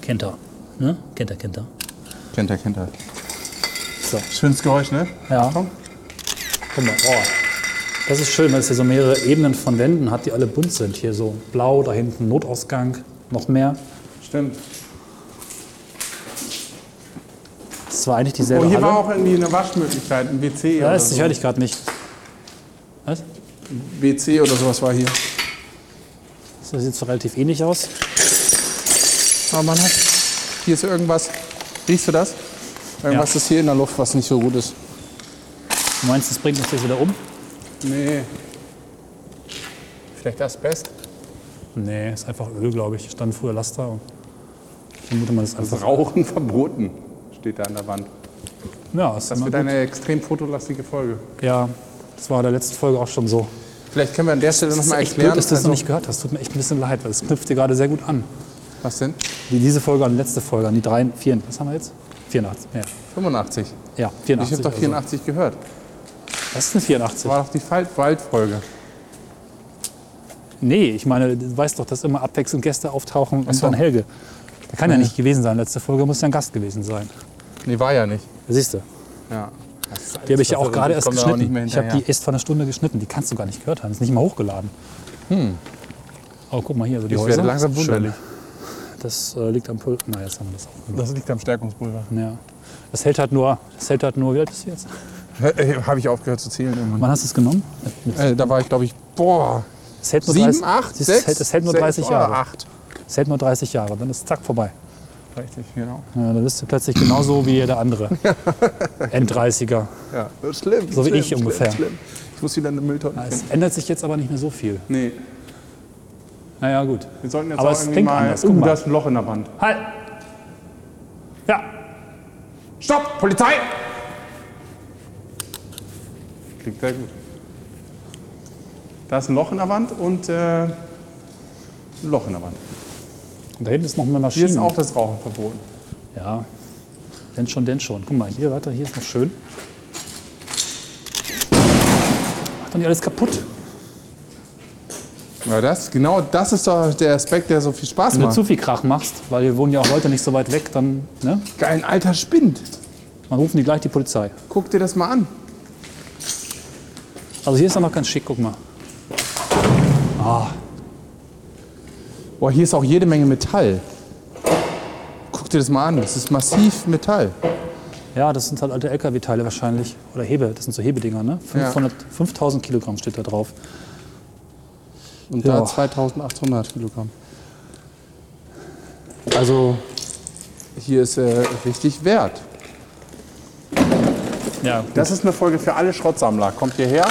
[SPEAKER 3] Kennt er, ne? Kennt er, kennt er.
[SPEAKER 2] Kennt er, kennt er.
[SPEAKER 3] So,
[SPEAKER 2] Schönes Geräusch, ne?
[SPEAKER 3] ja. Guck mal, oh. Das ist schön, weil es hier so mehrere Ebenen von Wänden hat, die alle bunt sind. Hier so blau, da hinten Notausgang, noch mehr.
[SPEAKER 2] Stimmt.
[SPEAKER 3] Das war eigentlich
[SPEAKER 2] Oh,
[SPEAKER 3] dieselbe
[SPEAKER 2] hier war
[SPEAKER 3] Halle.
[SPEAKER 2] auch irgendwie eine Waschmöglichkeit, ein WC
[SPEAKER 3] Ja,
[SPEAKER 2] oder
[SPEAKER 3] ist, ich höre
[SPEAKER 2] so.
[SPEAKER 3] dich gerade nicht. Was?
[SPEAKER 2] WC oder sowas war hier.
[SPEAKER 3] Das sieht so relativ ähnlich aus.
[SPEAKER 2] Aber Ah, man hat, hier ist irgendwas. Riechst du das? Irgendwas
[SPEAKER 3] Ja.
[SPEAKER 2] ist hier in der Luft, was nicht so gut ist.
[SPEAKER 3] Du meinst, das bringt uns jetzt wieder um?
[SPEAKER 2] Nee. Vielleicht Asbest?
[SPEAKER 3] Nee, ist einfach Öl, glaube ich. Hier Stand früher Laster. Und ich vermute mal, das ist einfach.
[SPEAKER 2] Rauchen verboten, steht da an der Wand.
[SPEAKER 3] Ja, ist
[SPEAKER 2] Das
[SPEAKER 3] immer
[SPEAKER 2] wird
[SPEAKER 3] gut.
[SPEAKER 2] eine extrem fotolastige Folge.
[SPEAKER 3] ja, das war in der letzten Folge auch schon so.
[SPEAKER 2] Vielleicht können wir an der Stelle
[SPEAKER 3] Es ist
[SPEAKER 2] nochmal
[SPEAKER 3] echt
[SPEAKER 2] erklären.
[SPEAKER 3] blöd, dass du das
[SPEAKER 2] also-
[SPEAKER 3] noch nicht gehört hast. Tut mir echt ein bisschen leid, weil es knüpft dir gerade sehr gut an.
[SPEAKER 2] Was denn?
[SPEAKER 3] Wie diese Folge an die letzte Folge, an die drei, vier, was haben wir jetzt? 84, ja.
[SPEAKER 2] 85.
[SPEAKER 3] Ja,
[SPEAKER 2] Ich
[SPEAKER 3] 84.
[SPEAKER 2] habe doch
[SPEAKER 3] also.
[SPEAKER 2] 84 gehört.
[SPEAKER 3] Was ist denn 84?
[SPEAKER 2] Das war doch die Fal- Waldfolge.
[SPEAKER 3] Nee, ich meine, du weißt doch, dass immer abwechselnd Gäste auftauchen und
[SPEAKER 2] so.
[SPEAKER 3] dann Helge. Der kann ja nicht gewesen sein. Letzte Folge muss ja ein Gast gewesen sein.
[SPEAKER 2] Nee, war ja nicht.
[SPEAKER 3] Siehst du?
[SPEAKER 2] Ja.
[SPEAKER 3] Die habe ich ja auch gerade erst
[SPEAKER 2] komme da auch nicht
[SPEAKER 3] geschnitten.
[SPEAKER 2] mehr
[SPEAKER 3] ich habe die
[SPEAKER 2] hinterher.
[SPEAKER 3] erst vor einer Stunde geschnitten. Die kannst du gar nicht gehört haben. Ist nicht mal hochgeladen. Hm. Oh, guck mal hier, also die
[SPEAKER 2] Ich
[SPEAKER 3] Häuser.
[SPEAKER 2] werde langsam
[SPEAKER 3] Schön.
[SPEAKER 2] wunderlich.
[SPEAKER 3] Das äh, liegt am Pult. Na, jetzt haben wir das auch.
[SPEAKER 2] Das liegt am Stärkungspulver.
[SPEAKER 3] Ja. Das hält halt nur, das hält halt nur, wie alt bist du jetzt?
[SPEAKER 2] Habe ich aufgehört zu zählen irgendwann.
[SPEAKER 3] Wann hast du es genommen?
[SPEAKER 2] Äh, da war ich, glaube ich, boah,
[SPEAKER 3] Es hält nur
[SPEAKER 2] 7,
[SPEAKER 3] 30
[SPEAKER 2] 8,
[SPEAKER 3] es
[SPEAKER 2] 6,
[SPEAKER 3] hält, es hält nur
[SPEAKER 2] oh,
[SPEAKER 3] 30 Jahre.
[SPEAKER 2] 8.
[SPEAKER 3] Es hält nur 30 Jahre, dann ist es zack vorbei.
[SPEAKER 2] Richtig, genau.
[SPEAKER 3] Ja, dann bist du plötzlich genauso wie jeder
[SPEAKER 2] [laughs]
[SPEAKER 3] andere. End-30er.
[SPEAKER 2] Ja, das ist schlimm.
[SPEAKER 3] So wie
[SPEAKER 2] schlimm,
[SPEAKER 3] ich
[SPEAKER 2] schlimm,
[SPEAKER 3] ungefähr.
[SPEAKER 2] Schlimm. Ich muss wieder eine Mülltonne
[SPEAKER 3] Es
[SPEAKER 2] finden.
[SPEAKER 3] ändert sich jetzt aber nicht mehr so viel.
[SPEAKER 2] Nee,
[SPEAKER 3] Naja, gut.
[SPEAKER 2] wir sollten jetzt
[SPEAKER 3] Aber
[SPEAKER 2] auch
[SPEAKER 3] es
[SPEAKER 2] irgendwie
[SPEAKER 3] klingt
[SPEAKER 2] mal...
[SPEAKER 3] anders. Guck
[SPEAKER 2] Oh,
[SPEAKER 3] mal.
[SPEAKER 2] da ist ein Loch in der Wand.
[SPEAKER 3] Halt! Ja!
[SPEAKER 2] Stopp, Polizei! Klingt sehr gut. Da ist ein Loch in der Wand und äh, ein Loch in der Wand.
[SPEAKER 3] Und da hinten ist noch eine Maschine.
[SPEAKER 2] Hier ist auch das Rauchen verboten.
[SPEAKER 3] ja. Denn schon, denn schon. Guck mal, hier, warte, hier ist noch schön. Macht doch nicht alles kaputt.
[SPEAKER 2] Ja, das, genau das ist doch der Aspekt, der so viel Spaß
[SPEAKER 3] Wenn du
[SPEAKER 2] macht.
[SPEAKER 3] zu viel Krach machst, weil wir wohnen ja auch Leute nicht so weit weg, dann, ne?
[SPEAKER 2] Geil, ein alter Spind.
[SPEAKER 3] Dann rufen die gleich die Polizei.
[SPEAKER 2] Guck dir das mal an.
[SPEAKER 3] Also hier ist auch noch ganz schick, guck mal.
[SPEAKER 2] Boah, hier ist auch jede Menge Metall. Guck dir das mal an, das ist massiv Metall.
[SPEAKER 3] Ja, das sind halt alte LKW-Teile wahrscheinlich. Oder Hebe, das sind so Hebedinger, ne? 500, 5000 Kilogramm steht da drauf.
[SPEAKER 2] Und
[SPEAKER 3] Ja.
[SPEAKER 2] da 2800 Kilogramm.
[SPEAKER 3] Also,
[SPEAKER 2] Hier ist äh, richtig Wert.
[SPEAKER 3] ja.
[SPEAKER 2] Das ist eine Folge für alle Schrottsammler. Kommt hierher.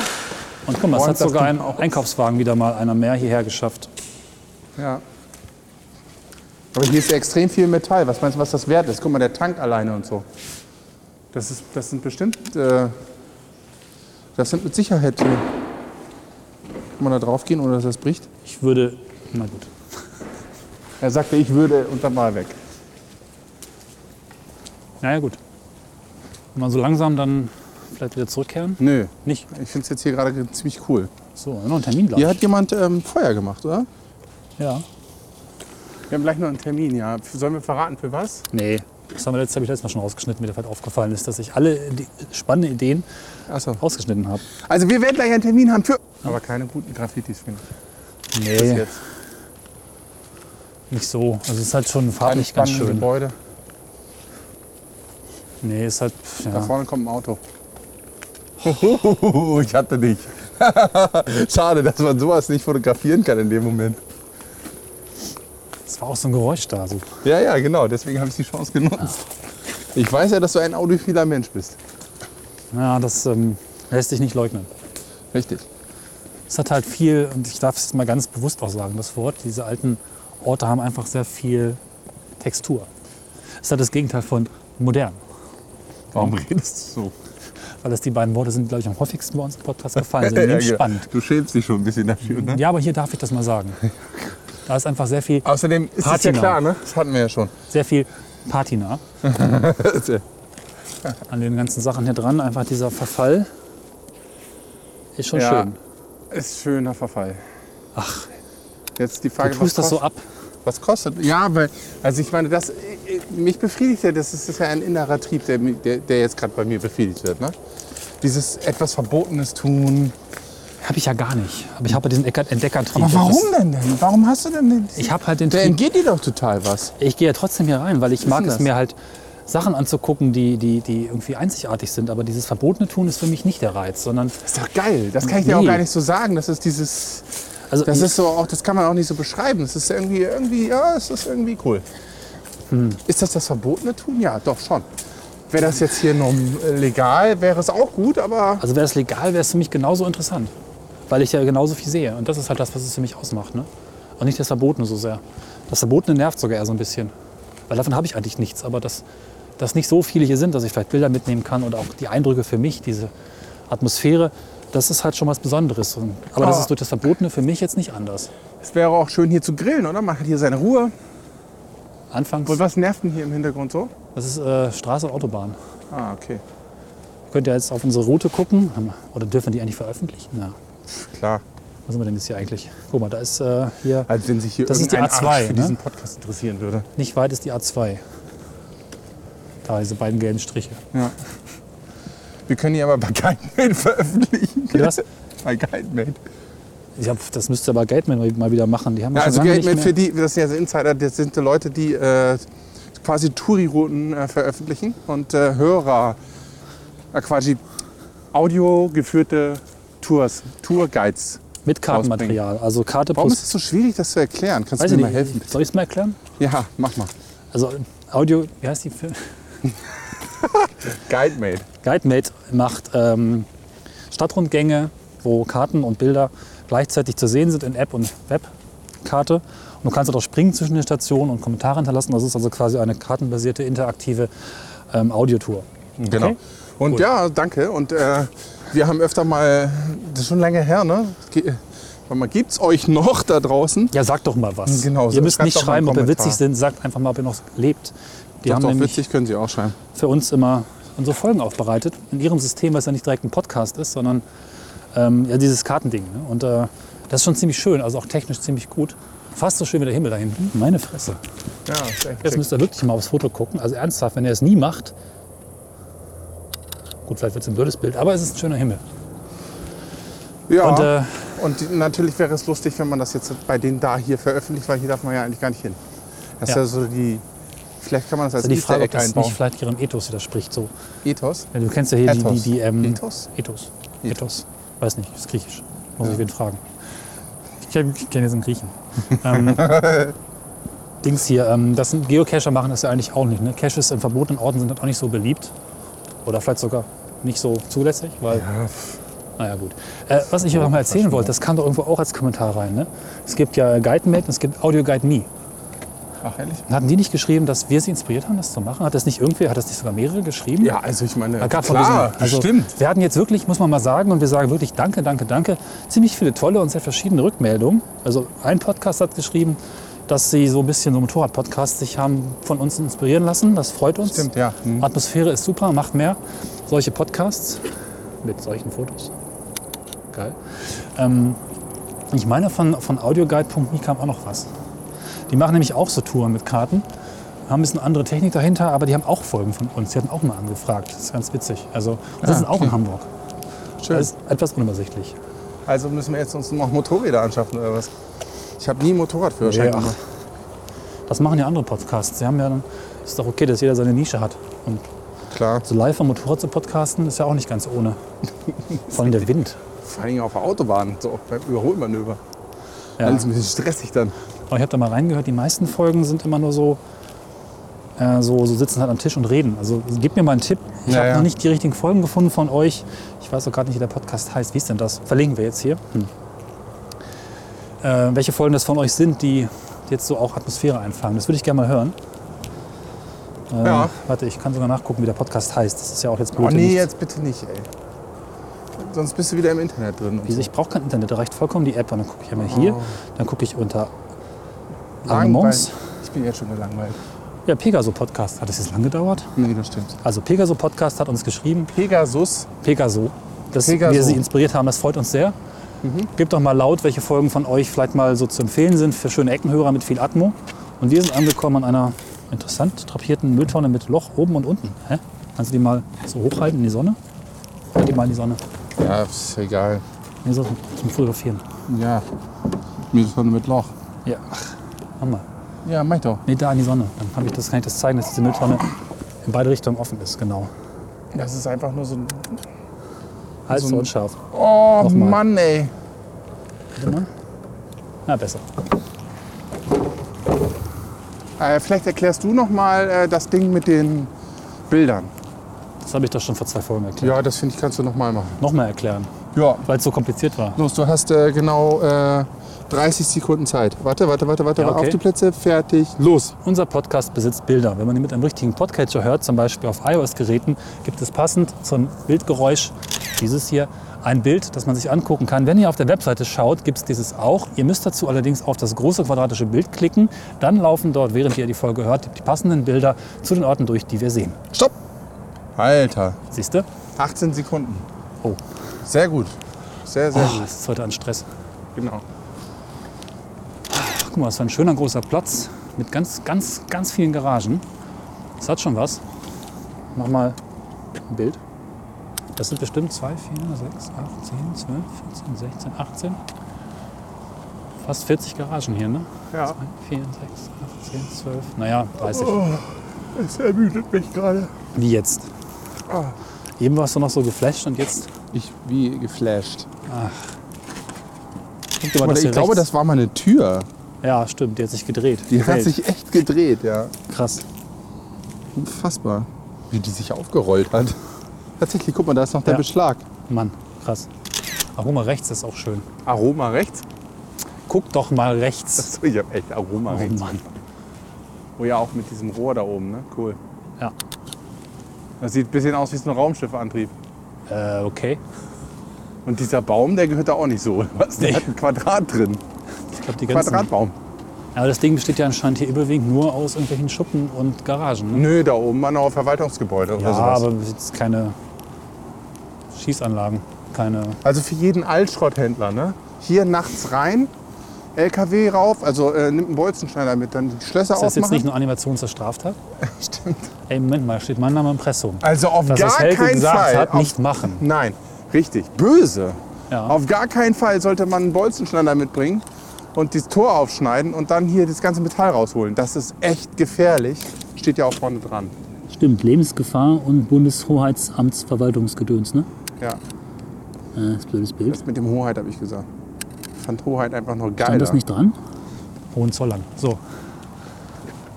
[SPEAKER 3] Und guck mal, es
[SPEAKER 2] Morgens
[SPEAKER 3] hat sogar
[SPEAKER 2] das
[SPEAKER 3] einen Einkaufswagen wieder mal einer mehr hierher geschafft.
[SPEAKER 2] Ja. Aber hier ist extrem viel Metall. Was meinst du, was das wert ist? Guck mal, der Tank alleine und so. Das, ist, das sind bestimmt. Äh, das sind mit Sicherheit. Äh, kann man da drauf gehen, ohne dass das bricht?
[SPEAKER 3] Ich würde, na gut.
[SPEAKER 2] Er sagte, ich würde und dann war er weg.
[SPEAKER 3] Naja, gut. Wenn man so langsam dann vielleicht wieder zurückkehren?
[SPEAKER 2] Nö.
[SPEAKER 3] Nicht.
[SPEAKER 2] Ich finde es jetzt hier gerade ziemlich cool.
[SPEAKER 3] So, noch einen Termin gleich.
[SPEAKER 2] Hier hat jemand ähm, Feuer gemacht, oder?
[SPEAKER 3] ja.
[SPEAKER 2] Wir haben gleich noch einen Termin, ja. Sollen wir verraten, für was?
[SPEAKER 3] Nee. Das haben wir letztes, habe ich letztes Mal schon rausgeschnitten, mir halt aufgefallen ist, dass ich alle die spannenden Ideen
[SPEAKER 2] Achso.
[SPEAKER 3] rausgeschnitten habe.
[SPEAKER 2] Also, wir werden gleich einen Termin haben für. Aber keine guten Graffitis, finde ich. Bis
[SPEAKER 3] Nee,
[SPEAKER 2] jetzt.
[SPEAKER 3] nicht so. Also es ist halt schon
[SPEAKER 2] Keine
[SPEAKER 3] farblich ganz
[SPEAKER 2] spannenden
[SPEAKER 3] schön.
[SPEAKER 2] Gebäude.
[SPEAKER 3] Nee, ist halt, pff,
[SPEAKER 2] Da
[SPEAKER 3] ja.
[SPEAKER 2] vorne kommt ein Auto. [laughs] ich hatte dich. [laughs] Schade, dass man sowas nicht fotografieren kann in dem Moment.
[SPEAKER 3] Es war auch so ein Geräusch da. So.
[SPEAKER 2] Ja, ja, genau. Deswegen habe ich die Chance genutzt. Ich weiß ja, dass du ein audiophiler Mensch bist.
[SPEAKER 3] Ja, das ähm, lässt sich nicht leugnen.
[SPEAKER 2] Richtig.
[SPEAKER 3] Es hat halt viel, und ich darf es jetzt mal ganz bewusst auch sagen, das Wort, diese alten Orte haben einfach sehr viel Textur. Es hat das Gegenteil von modern,
[SPEAKER 2] [laughs] Warum redest du so?
[SPEAKER 3] weil das die beiden Worte sind, die, glaube ich, am häufigsten bei uns im Podcast gefallen
[SPEAKER 2] [laughs]
[SPEAKER 3] sind. Nämlich spannend.
[SPEAKER 2] genau. Du schämst dich schon ein bisschen dafür, ne?
[SPEAKER 3] Ja, aber hier darf ich das mal sagen. Da ist einfach sehr viel,
[SPEAKER 2] Außerdem ist
[SPEAKER 3] Patina.
[SPEAKER 2] ne? Das hatten wir ja [laughs] schon.
[SPEAKER 3] sehr viel Patina an den ganzen Sachen hier dran. Einfach dieser Verfall ist schon
[SPEAKER 2] Ja.
[SPEAKER 3] schön.
[SPEAKER 2] Ist schöner Verfall.
[SPEAKER 3] Ach,
[SPEAKER 2] Jetzt die
[SPEAKER 3] du
[SPEAKER 2] Frage,
[SPEAKER 3] tust das so
[SPEAKER 2] kostet-
[SPEAKER 3] ab.
[SPEAKER 2] Was kostet? Ja, weil, also ich meine, das, äh, äh, mich befriedigt ja, das ist das ist ja ein innerer Trieb, der, mi- der, der jetzt gerade bei mir befriedigt wird. Ne? Dieses etwas Verbotenes tun.
[SPEAKER 3] Habe ich ja gar nicht. Aber ich habe diesen Ecker- Entdeckertrieb.
[SPEAKER 2] denn denn? Warum hast du denn den?
[SPEAKER 3] Ich habe halt den
[SPEAKER 2] Da
[SPEAKER 3] Trieb,
[SPEAKER 2] entgeht dir doch total was.
[SPEAKER 3] Ich gehe ja trotzdem hier rein, weil ich mag
[SPEAKER 2] denn
[SPEAKER 3] es
[SPEAKER 2] das?
[SPEAKER 3] mir halt Sachen anzugucken, die, die, die irgendwie einzigartig sind. Aber dieses verbotene Tun ist für mich nicht der Reiz, sondern
[SPEAKER 2] Das ist doch geil. Das kann ich dir
[SPEAKER 3] Nee.
[SPEAKER 2] auch gar nicht so sagen. Das ist dieses,
[SPEAKER 3] also
[SPEAKER 2] das ist so auch, das kann man auch nicht so beschreiben. Das ist irgendwie, irgendwie, ja, es ist irgendwie cool.
[SPEAKER 3] Hm.
[SPEAKER 2] Ist das das Verbotene tun? Ja, doch schon. Wäre das jetzt hier norm- äh, legal, wäre es auch gut, aber
[SPEAKER 3] also wäre es legal, wäre es für mich genauso interessant, weil ich ja genauso viel sehe. Und das ist halt das, was es für mich ausmacht, ne? Und nicht das Verbotene so sehr. Das Verbotene nervt sogar eher so ein bisschen, weil davon habe ich eigentlich nichts. Aber dass, dass nicht so viele hier sind, dass ich vielleicht Bilder mitnehmen kann oder auch die Eindrücke für mich, diese Atmosphäre. Das ist halt schon was Besonderes. Und- Aber das
[SPEAKER 2] Ah.
[SPEAKER 3] ist durch das Verbotene für mich jetzt nicht anders.
[SPEAKER 2] Es wäre auch schön hier zu grillen, oder? Man hat hier seine Ruhe.
[SPEAKER 3] Anfangs,
[SPEAKER 2] Und was nervt denn hier im Hintergrund so?
[SPEAKER 3] das ist äh, Straße und Autobahn.
[SPEAKER 2] Ah, okay.
[SPEAKER 3] Könnt ihr jetzt auf unsere Route gucken? Haben wir- Oder dürfen wir die eigentlich veröffentlichen? Na,
[SPEAKER 2] Klar.
[SPEAKER 3] was sind wir denn jetzt hier eigentlich? Guck mal, da ist äh, hier,
[SPEAKER 2] Als wenn sich hier
[SPEAKER 3] Das ist die
[SPEAKER 2] irgendein
[SPEAKER 3] A2,
[SPEAKER 2] Arsch für
[SPEAKER 3] ne?
[SPEAKER 2] diesen Podcast interessieren würde.
[SPEAKER 3] nicht weit ist die A2. Da diese beiden gelben Striche.
[SPEAKER 2] Ja. Wir können hier aber bei Guidemate [laughs] veröffentlichen.
[SPEAKER 3] Bitte was?
[SPEAKER 2] Bei Guidemate.
[SPEAKER 3] Ich hab, das müsste aber Gateman mal- mal wieder machen. Die haben
[SPEAKER 2] Ja,
[SPEAKER 3] schon
[SPEAKER 2] also
[SPEAKER 3] lange nicht
[SPEAKER 2] Guidemate
[SPEAKER 3] mehr-
[SPEAKER 2] für die, das sind ja so Insider, das sind die Leute, die äh, quasi Touri-Routen äh, veröffentlichen und äh, Hörer, äh, quasi audio geführte Tours, Tourguides.
[SPEAKER 3] Mit Kartenmaterial. Also Karte
[SPEAKER 2] Warum
[SPEAKER 3] plus.
[SPEAKER 2] ist es so schwierig, das zu erklären? Kannst
[SPEAKER 3] weiß
[SPEAKER 2] du
[SPEAKER 3] ich
[SPEAKER 2] mir
[SPEAKER 3] nicht,
[SPEAKER 2] mal helfen?
[SPEAKER 3] Soll ich es mal erklären?
[SPEAKER 2] Ja, mach mal.
[SPEAKER 3] Also Audio, wie heißt die Firma?
[SPEAKER 2] Guidemate.
[SPEAKER 3] GuideMate macht ähm, Stadtrundgänge, wo Karten und Bilder gleichzeitig zu sehen sind in App und Webkarte. Und du kannst dort auch springen zwischen den Stationen und Kommentare hinterlassen. Das ist also quasi eine kartenbasierte interaktive ähm, Audiotour.
[SPEAKER 2] Genau. Und ja, danke. Und äh, wir haben öfter mal, das ist schon lange her, ne? Ge Warte mal, gibt's euch noch da draußen?
[SPEAKER 3] Ja, sagt doch mal was.
[SPEAKER 2] Genau,
[SPEAKER 3] ihr müsst
[SPEAKER 2] schreibt
[SPEAKER 3] nicht
[SPEAKER 2] doch mal
[SPEAKER 3] schreiben,
[SPEAKER 2] einen
[SPEAKER 3] ob ihr
[SPEAKER 2] Kommentar.
[SPEAKER 3] witzig sind. Sagt einfach mal, ob ihr noch lebt. Die
[SPEAKER 2] Doch,
[SPEAKER 3] haben
[SPEAKER 2] doch,
[SPEAKER 3] nämlich
[SPEAKER 2] witzig können Sie auch schreiben.
[SPEAKER 3] für uns immer unsere Folgen aufbereitet. In ihrem System, was ja nicht direkt ein Podcast ist, sondern ähm, ja, dieses Kartending. Ne? Und äh, das ist schon ziemlich schön, also auch technisch ziemlich gut. Fast so schön wie der Himmel da hinten. Meine Fresse.
[SPEAKER 2] Ja,
[SPEAKER 3] Jetzt müsst ihr wirklich mal aufs Foto gucken. Also ernsthaft, wenn ihr es nie macht. Gut, vielleicht wird es ein blödes Bild, aber es ist ein schöner Himmel.
[SPEAKER 2] ja.
[SPEAKER 3] Und
[SPEAKER 2] Und,
[SPEAKER 3] äh,
[SPEAKER 2] die- natürlich wäre es lustig, wenn man das jetzt bei denen da hier veröffentlicht, weil hier darf man ja eigentlich gar nicht hin. Das ist
[SPEAKER 3] Ja.
[SPEAKER 2] ja so die. Vielleicht kann man das als
[SPEAKER 3] also die
[SPEAKER 2] Easter
[SPEAKER 3] Frage, ob
[SPEAKER 2] Egg
[SPEAKER 3] das nicht
[SPEAKER 2] einbauen.
[SPEAKER 3] vielleicht ihrem Ethos widerspricht. So,
[SPEAKER 2] Ethos?
[SPEAKER 3] Ja, du kennst ja hier die, die,
[SPEAKER 2] Ethos.
[SPEAKER 3] die ähm,
[SPEAKER 2] Ethos?
[SPEAKER 3] Ethos.
[SPEAKER 2] Ethos.
[SPEAKER 3] Ethos. Weiß nicht, ist griechisch. Muss ich wen fragen. Ich kenne kenn jetzt
[SPEAKER 2] [laughs]
[SPEAKER 3] einen Griechen. ähm, Dings hier, ähm, das sind Geocacher machen das ja eigentlich auch nicht. Ne? Caches in verbotenen Orten sind halt auch nicht so beliebt. Oder vielleicht sogar nicht so zulässig, weil. Naja, gut. Äh, was ich aber mal erzählen wollte, das kam doch irgendwo auch als Kommentar rein. Ne? Es gibt ja GuideMate und es gibt AudioGuide.me.
[SPEAKER 2] Ach, ehrlich?
[SPEAKER 3] Hatten die nicht geschrieben, dass wir sie inspiriert haben, das zu machen? Hat das nicht irgendwer, hat das nicht sogar mehrere geschrieben?
[SPEAKER 2] Ja, also ich meine.
[SPEAKER 3] Da gab's noch ein
[SPEAKER 2] klar,
[SPEAKER 3] bisschen- also
[SPEAKER 2] stimmt.
[SPEAKER 3] Wir hatten jetzt wirklich, muss man mal sagen, und wir sagen wirklich Danke, Danke, Danke, ziemlich viele tolle und sehr verschiedene Rückmeldungen. Also ein Podcast hat geschrieben, dass sie so ein bisschen so Motorrad-Podcast sich haben von uns inspirieren lassen. Das freut uns.
[SPEAKER 2] Stimmt, ja. Hm.
[SPEAKER 3] Atmosphäre ist super, macht mehr solche Podcasts mit solchen Fotos. Geil. Ähm, ich meine, von, von audioguide.me kam auch noch was. Die machen nämlich auch so Touren mit Karten, haben ein bisschen andere Technik dahinter, aber die haben auch Folgen von uns. Die hatten auch mal angefragt. Das ist ganz witzig. Also, und das
[SPEAKER 2] Ah,
[SPEAKER 3] ist auch
[SPEAKER 2] okay.
[SPEAKER 3] in Hamburg.
[SPEAKER 2] Schön.
[SPEAKER 3] Das ist etwas unübersichtlich.
[SPEAKER 2] Also müssen wir jetzt uns noch Motorräder anschaffen oder was? Ich habe nie einen Motorradführerschein
[SPEAKER 3] Nee, ach.
[SPEAKER 2] gemacht.
[SPEAKER 3] Das machen ja andere Podcasts. Sie haben ja dann, ist doch okay, dass jeder seine Nische hat. Und
[SPEAKER 2] Klar.
[SPEAKER 3] so live am Motorrad zu podcasten, ist ja auch nicht ganz
[SPEAKER 2] [laughs]
[SPEAKER 3] ohne. Vor allem der Wind.
[SPEAKER 2] Vor allem auf der Autobahn, so beim Überholmanöver.
[SPEAKER 3] Ja.
[SPEAKER 2] Alles ein bisschen stressig dann.
[SPEAKER 3] Aber ich habe Oh, da mal reingehört, die meisten Folgen sind immer nur so, äh, so, so sitzen halt am Tisch und reden. Also gebt mir mal einen Tipp. Ich
[SPEAKER 2] Ja,
[SPEAKER 3] habe
[SPEAKER 2] ja.
[SPEAKER 3] noch nicht die richtigen Folgen gefunden von euch. Ich weiß auch gerade nicht, wie der Podcast heißt. Wie ist denn das? Verlinken wir jetzt hier. Hm. Äh, welche Folgen das von euch sind, die jetzt so auch Atmosphäre einfangen. Das würde ich gerne mal hören. Äh,
[SPEAKER 2] Ja.
[SPEAKER 3] Warte, ich kann sogar nachgucken, wie der Podcast heißt. Das ist ja auch jetzt
[SPEAKER 2] Oh
[SPEAKER 3] blöd.
[SPEAKER 2] nee,
[SPEAKER 3] nicht-
[SPEAKER 2] jetzt bitte nicht, ey. Sonst bist du wieder im Internet drin. Und
[SPEAKER 3] Wieso?
[SPEAKER 2] so.
[SPEAKER 3] Ich brauche kein Internet, da reicht vollkommen die App. Und dann gucke ich einmal hier, dann gucke ich unter
[SPEAKER 2] Oh.
[SPEAKER 3] Abonnements.
[SPEAKER 2] Langweilig. Ich bin jetzt schon gelangweilt.
[SPEAKER 3] Ja, Pegaso-Podcast. Hat das jetzt lang gedauert?
[SPEAKER 2] Nee, das stimmt.
[SPEAKER 3] Also Pegaso Podcast hat uns geschrieben,
[SPEAKER 2] Pegasus.
[SPEAKER 3] Pegaso, dass
[SPEAKER 2] Pegaso.
[SPEAKER 3] wir sie inspiriert haben. Das freut uns sehr. Gebt doch mal laut, welche Folgen von euch vielleicht mal so zu empfehlen sind für schöne Eckenhörer mit viel Atmo. Und wir sind angekommen an einer interessant drapierten Mülltonne mit Loch oben und unten. Hä? Kannst du die mal so hochhalten in die Sonne? Halt die mal in die Sonne.
[SPEAKER 2] Ja, ist egal.
[SPEAKER 3] Nee, so zum Fotografieren.
[SPEAKER 2] Ja. Mir ist mit Loch.
[SPEAKER 3] Ja, ach, mach mal.
[SPEAKER 2] Ja, mach ich doch.
[SPEAKER 3] Nee, da in die Sonne. Dann kann ich das, kann ich das zeigen, dass diese Mülltonne in beide Richtungen offen ist. Genau.
[SPEAKER 2] Das ist einfach nur so ein.
[SPEAKER 3] Halt
[SPEAKER 2] So
[SPEAKER 3] so
[SPEAKER 2] ein-
[SPEAKER 3] unscharf.
[SPEAKER 2] Oh
[SPEAKER 3] Nochmal.
[SPEAKER 2] Mann, ey.
[SPEAKER 3] Warte mal. Na, besser.
[SPEAKER 2] Äh, vielleicht erklärst du noch mal äh, das Ding mit den Bildern.
[SPEAKER 3] Das habe ich doch schon vor zwei Folgen erklärt.
[SPEAKER 2] Ja, das finde ich, kannst du noch mal machen.
[SPEAKER 3] Nochmal erklären,
[SPEAKER 2] Ja,
[SPEAKER 3] weil es so kompliziert war.
[SPEAKER 2] Los, du hast äh, genau äh, 30 Sekunden Zeit. Warte, warte, warte, warte.
[SPEAKER 3] Ja, okay.
[SPEAKER 2] Auf die Plätze, fertig, los.
[SPEAKER 3] Unser Podcast besitzt Bilder. Wenn man ihn mit einem richtigen Podcatcher hört, zum Beispiel auf iOS-Geräten, gibt es passend zum Bildgeräusch dieses hier ein Bild, das man sich angucken kann. Wenn ihr auf der Webseite schaut, gibt es dieses auch. Ihr müsst dazu allerdings auf das große quadratische Bild klicken. Dann laufen dort, während ihr die Folge hört, die passenden Bilder zu den Orten durch, die wir sehen.
[SPEAKER 2] Stopp! Alter,
[SPEAKER 3] Siehst du?
[SPEAKER 2] 18 Sekunden.
[SPEAKER 3] Oh,
[SPEAKER 2] Sehr gut. Sehr,
[SPEAKER 3] oh
[SPEAKER 2] sehr gut.
[SPEAKER 3] das ist heute an Stress.
[SPEAKER 2] Genau.
[SPEAKER 3] Ach, guck mal, das war ein schöner großer Platz mit ganz, ganz, ganz vielen Garagen. Das hat schon was. Mach mal ein Bild. Das sind bestimmt 2, 4, 6, 8, 10, 12, 14, 16, 18. Fast 40 Garagen hier, ne?
[SPEAKER 2] Ja.
[SPEAKER 3] 4, 6, 8, 10, 12. Naja, 30.
[SPEAKER 2] Oh, Es ermüdet mich gerade.
[SPEAKER 3] Wie jetzt?
[SPEAKER 2] Ah.
[SPEAKER 3] Eben warst du noch so geflasht und jetzt.
[SPEAKER 2] Ich wie geflasht.
[SPEAKER 3] Guck dir mal das
[SPEAKER 2] ich
[SPEAKER 3] hier
[SPEAKER 2] glaube,
[SPEAKER 3] rechts.
[SPEAKER 2] das war mal eine Tür.
[SPEAKER 3] Ja, stimmt, die hat sich gedreht.
[SPEAKER 2] Die hat
[SPEAKER 3] Gefällt.
[SPEAKER 2] sich echt gedreht, ja.
[SPEAKER 3] Krass.
[SPEAKER 2] Unfassbar. Wie die sich aufgerollt hat. Tatsächlich, guck mal, da ist noch der
[SPEAKER 3] Ja.
[SPEAKER 2] Beschlag.
[SPEAKER 3] Mann, krass. Ach, guck mal, rechts ist auch schön.
[SPEAKER 2] Aroma rechts?
[SPEAKER 3] Guck doch mal rechts.
[SPEAKER 2] Achso, ich hab echt Aroma
[SPEAKER 3] Oh Mann.
[SPEAKER 2] Oh ja, auch mit diesem Rohr da oben, ne? Cool.
[SPEAKER 3] Ja.
[SPEAKER 2] Das sieht ein bisschen aus wie so ein Raumschiffantrieb.
[SPEAKER 3] Äh, okay.
[SPEAKER 2] Und dieser Baum, der gehört da auch nicht so. [laughs] Was? Der
[SPEAKER 3] Nee.
[SPEAKER 2] hat ein Quadrat drin.
[SPEAKER 3] Ich glaube, die ganzen.
[SPEAKER 2] Quadratbaum.
[SPEAKER 3] Aber das Ding besteht ja anscheinend hier überwiegend nur aus irgendwelchen Schuppen und Garagen. Ne?
[SPEAKER 2] Nö, da oben war noch ein Verwaltungsgebäude
[SPEAKER 3] Ja,
[SPEAKER 2] oder sowas.
[SPEAKER 3] aber jetzt keine Schießanlagen. Keine.
[SPEAKER 2] Also für jeden Altschrotthändler, ne? Hier nachts rein, LKW rauf, also äh, nimmt einen Bolzenschneider mit, dann die Schlösser
[SPEAKER 3] Ist das jetzt
[SPEAKER 2] aufmachen.
[SPEAKER 3] nicht nur Animation zur Straftat?
[SPEAKER 2] Stimmt.
[SPEAKER 3] Ey, Moment mal, steht mein Name im Pressum.
[SPEAKER 2] Also auf
[SPEAKER 3] Dass
[SPEAKER 2] gar
[SPEAKER 3] das Helge
[SPEAKER 2] keinen
[SPEAKER 3] gesagt
[SPEAKER 2] Fall.
[SPEAKER 3] hat,
[SPEAKER 2] auf,
[SPEAKER 3] nicht machen.
[SPEAKER 2] Nein, richtig. Böse.
[SPEAKER 3] Ja.
[SPEAKER 2] Auf gar keinen Fall sollte man einen Bolzenschneider mitbringen und das Tor aufschneiden und dann hier das ganze Metall rausholen. Das ist echt gefährlich. Steht ja auch vorne dran.
[SPEAKER 5] Stimmt, Lebensgefahr und Bundeshoheitsamtsverwaltungsgedöns, ne?
[SPEAKER 2] Ja,
[SPEAKER 5] Äh, ist ein blödes Bild.
[SPEAKER 2] das mit dem Hoheit habe ich gesagt. Ich fand Hoheit einfach nur geil.
[SPEAKER 5] Stand das nicht dran?
[SPEAKER 3] Hohenzollern. So.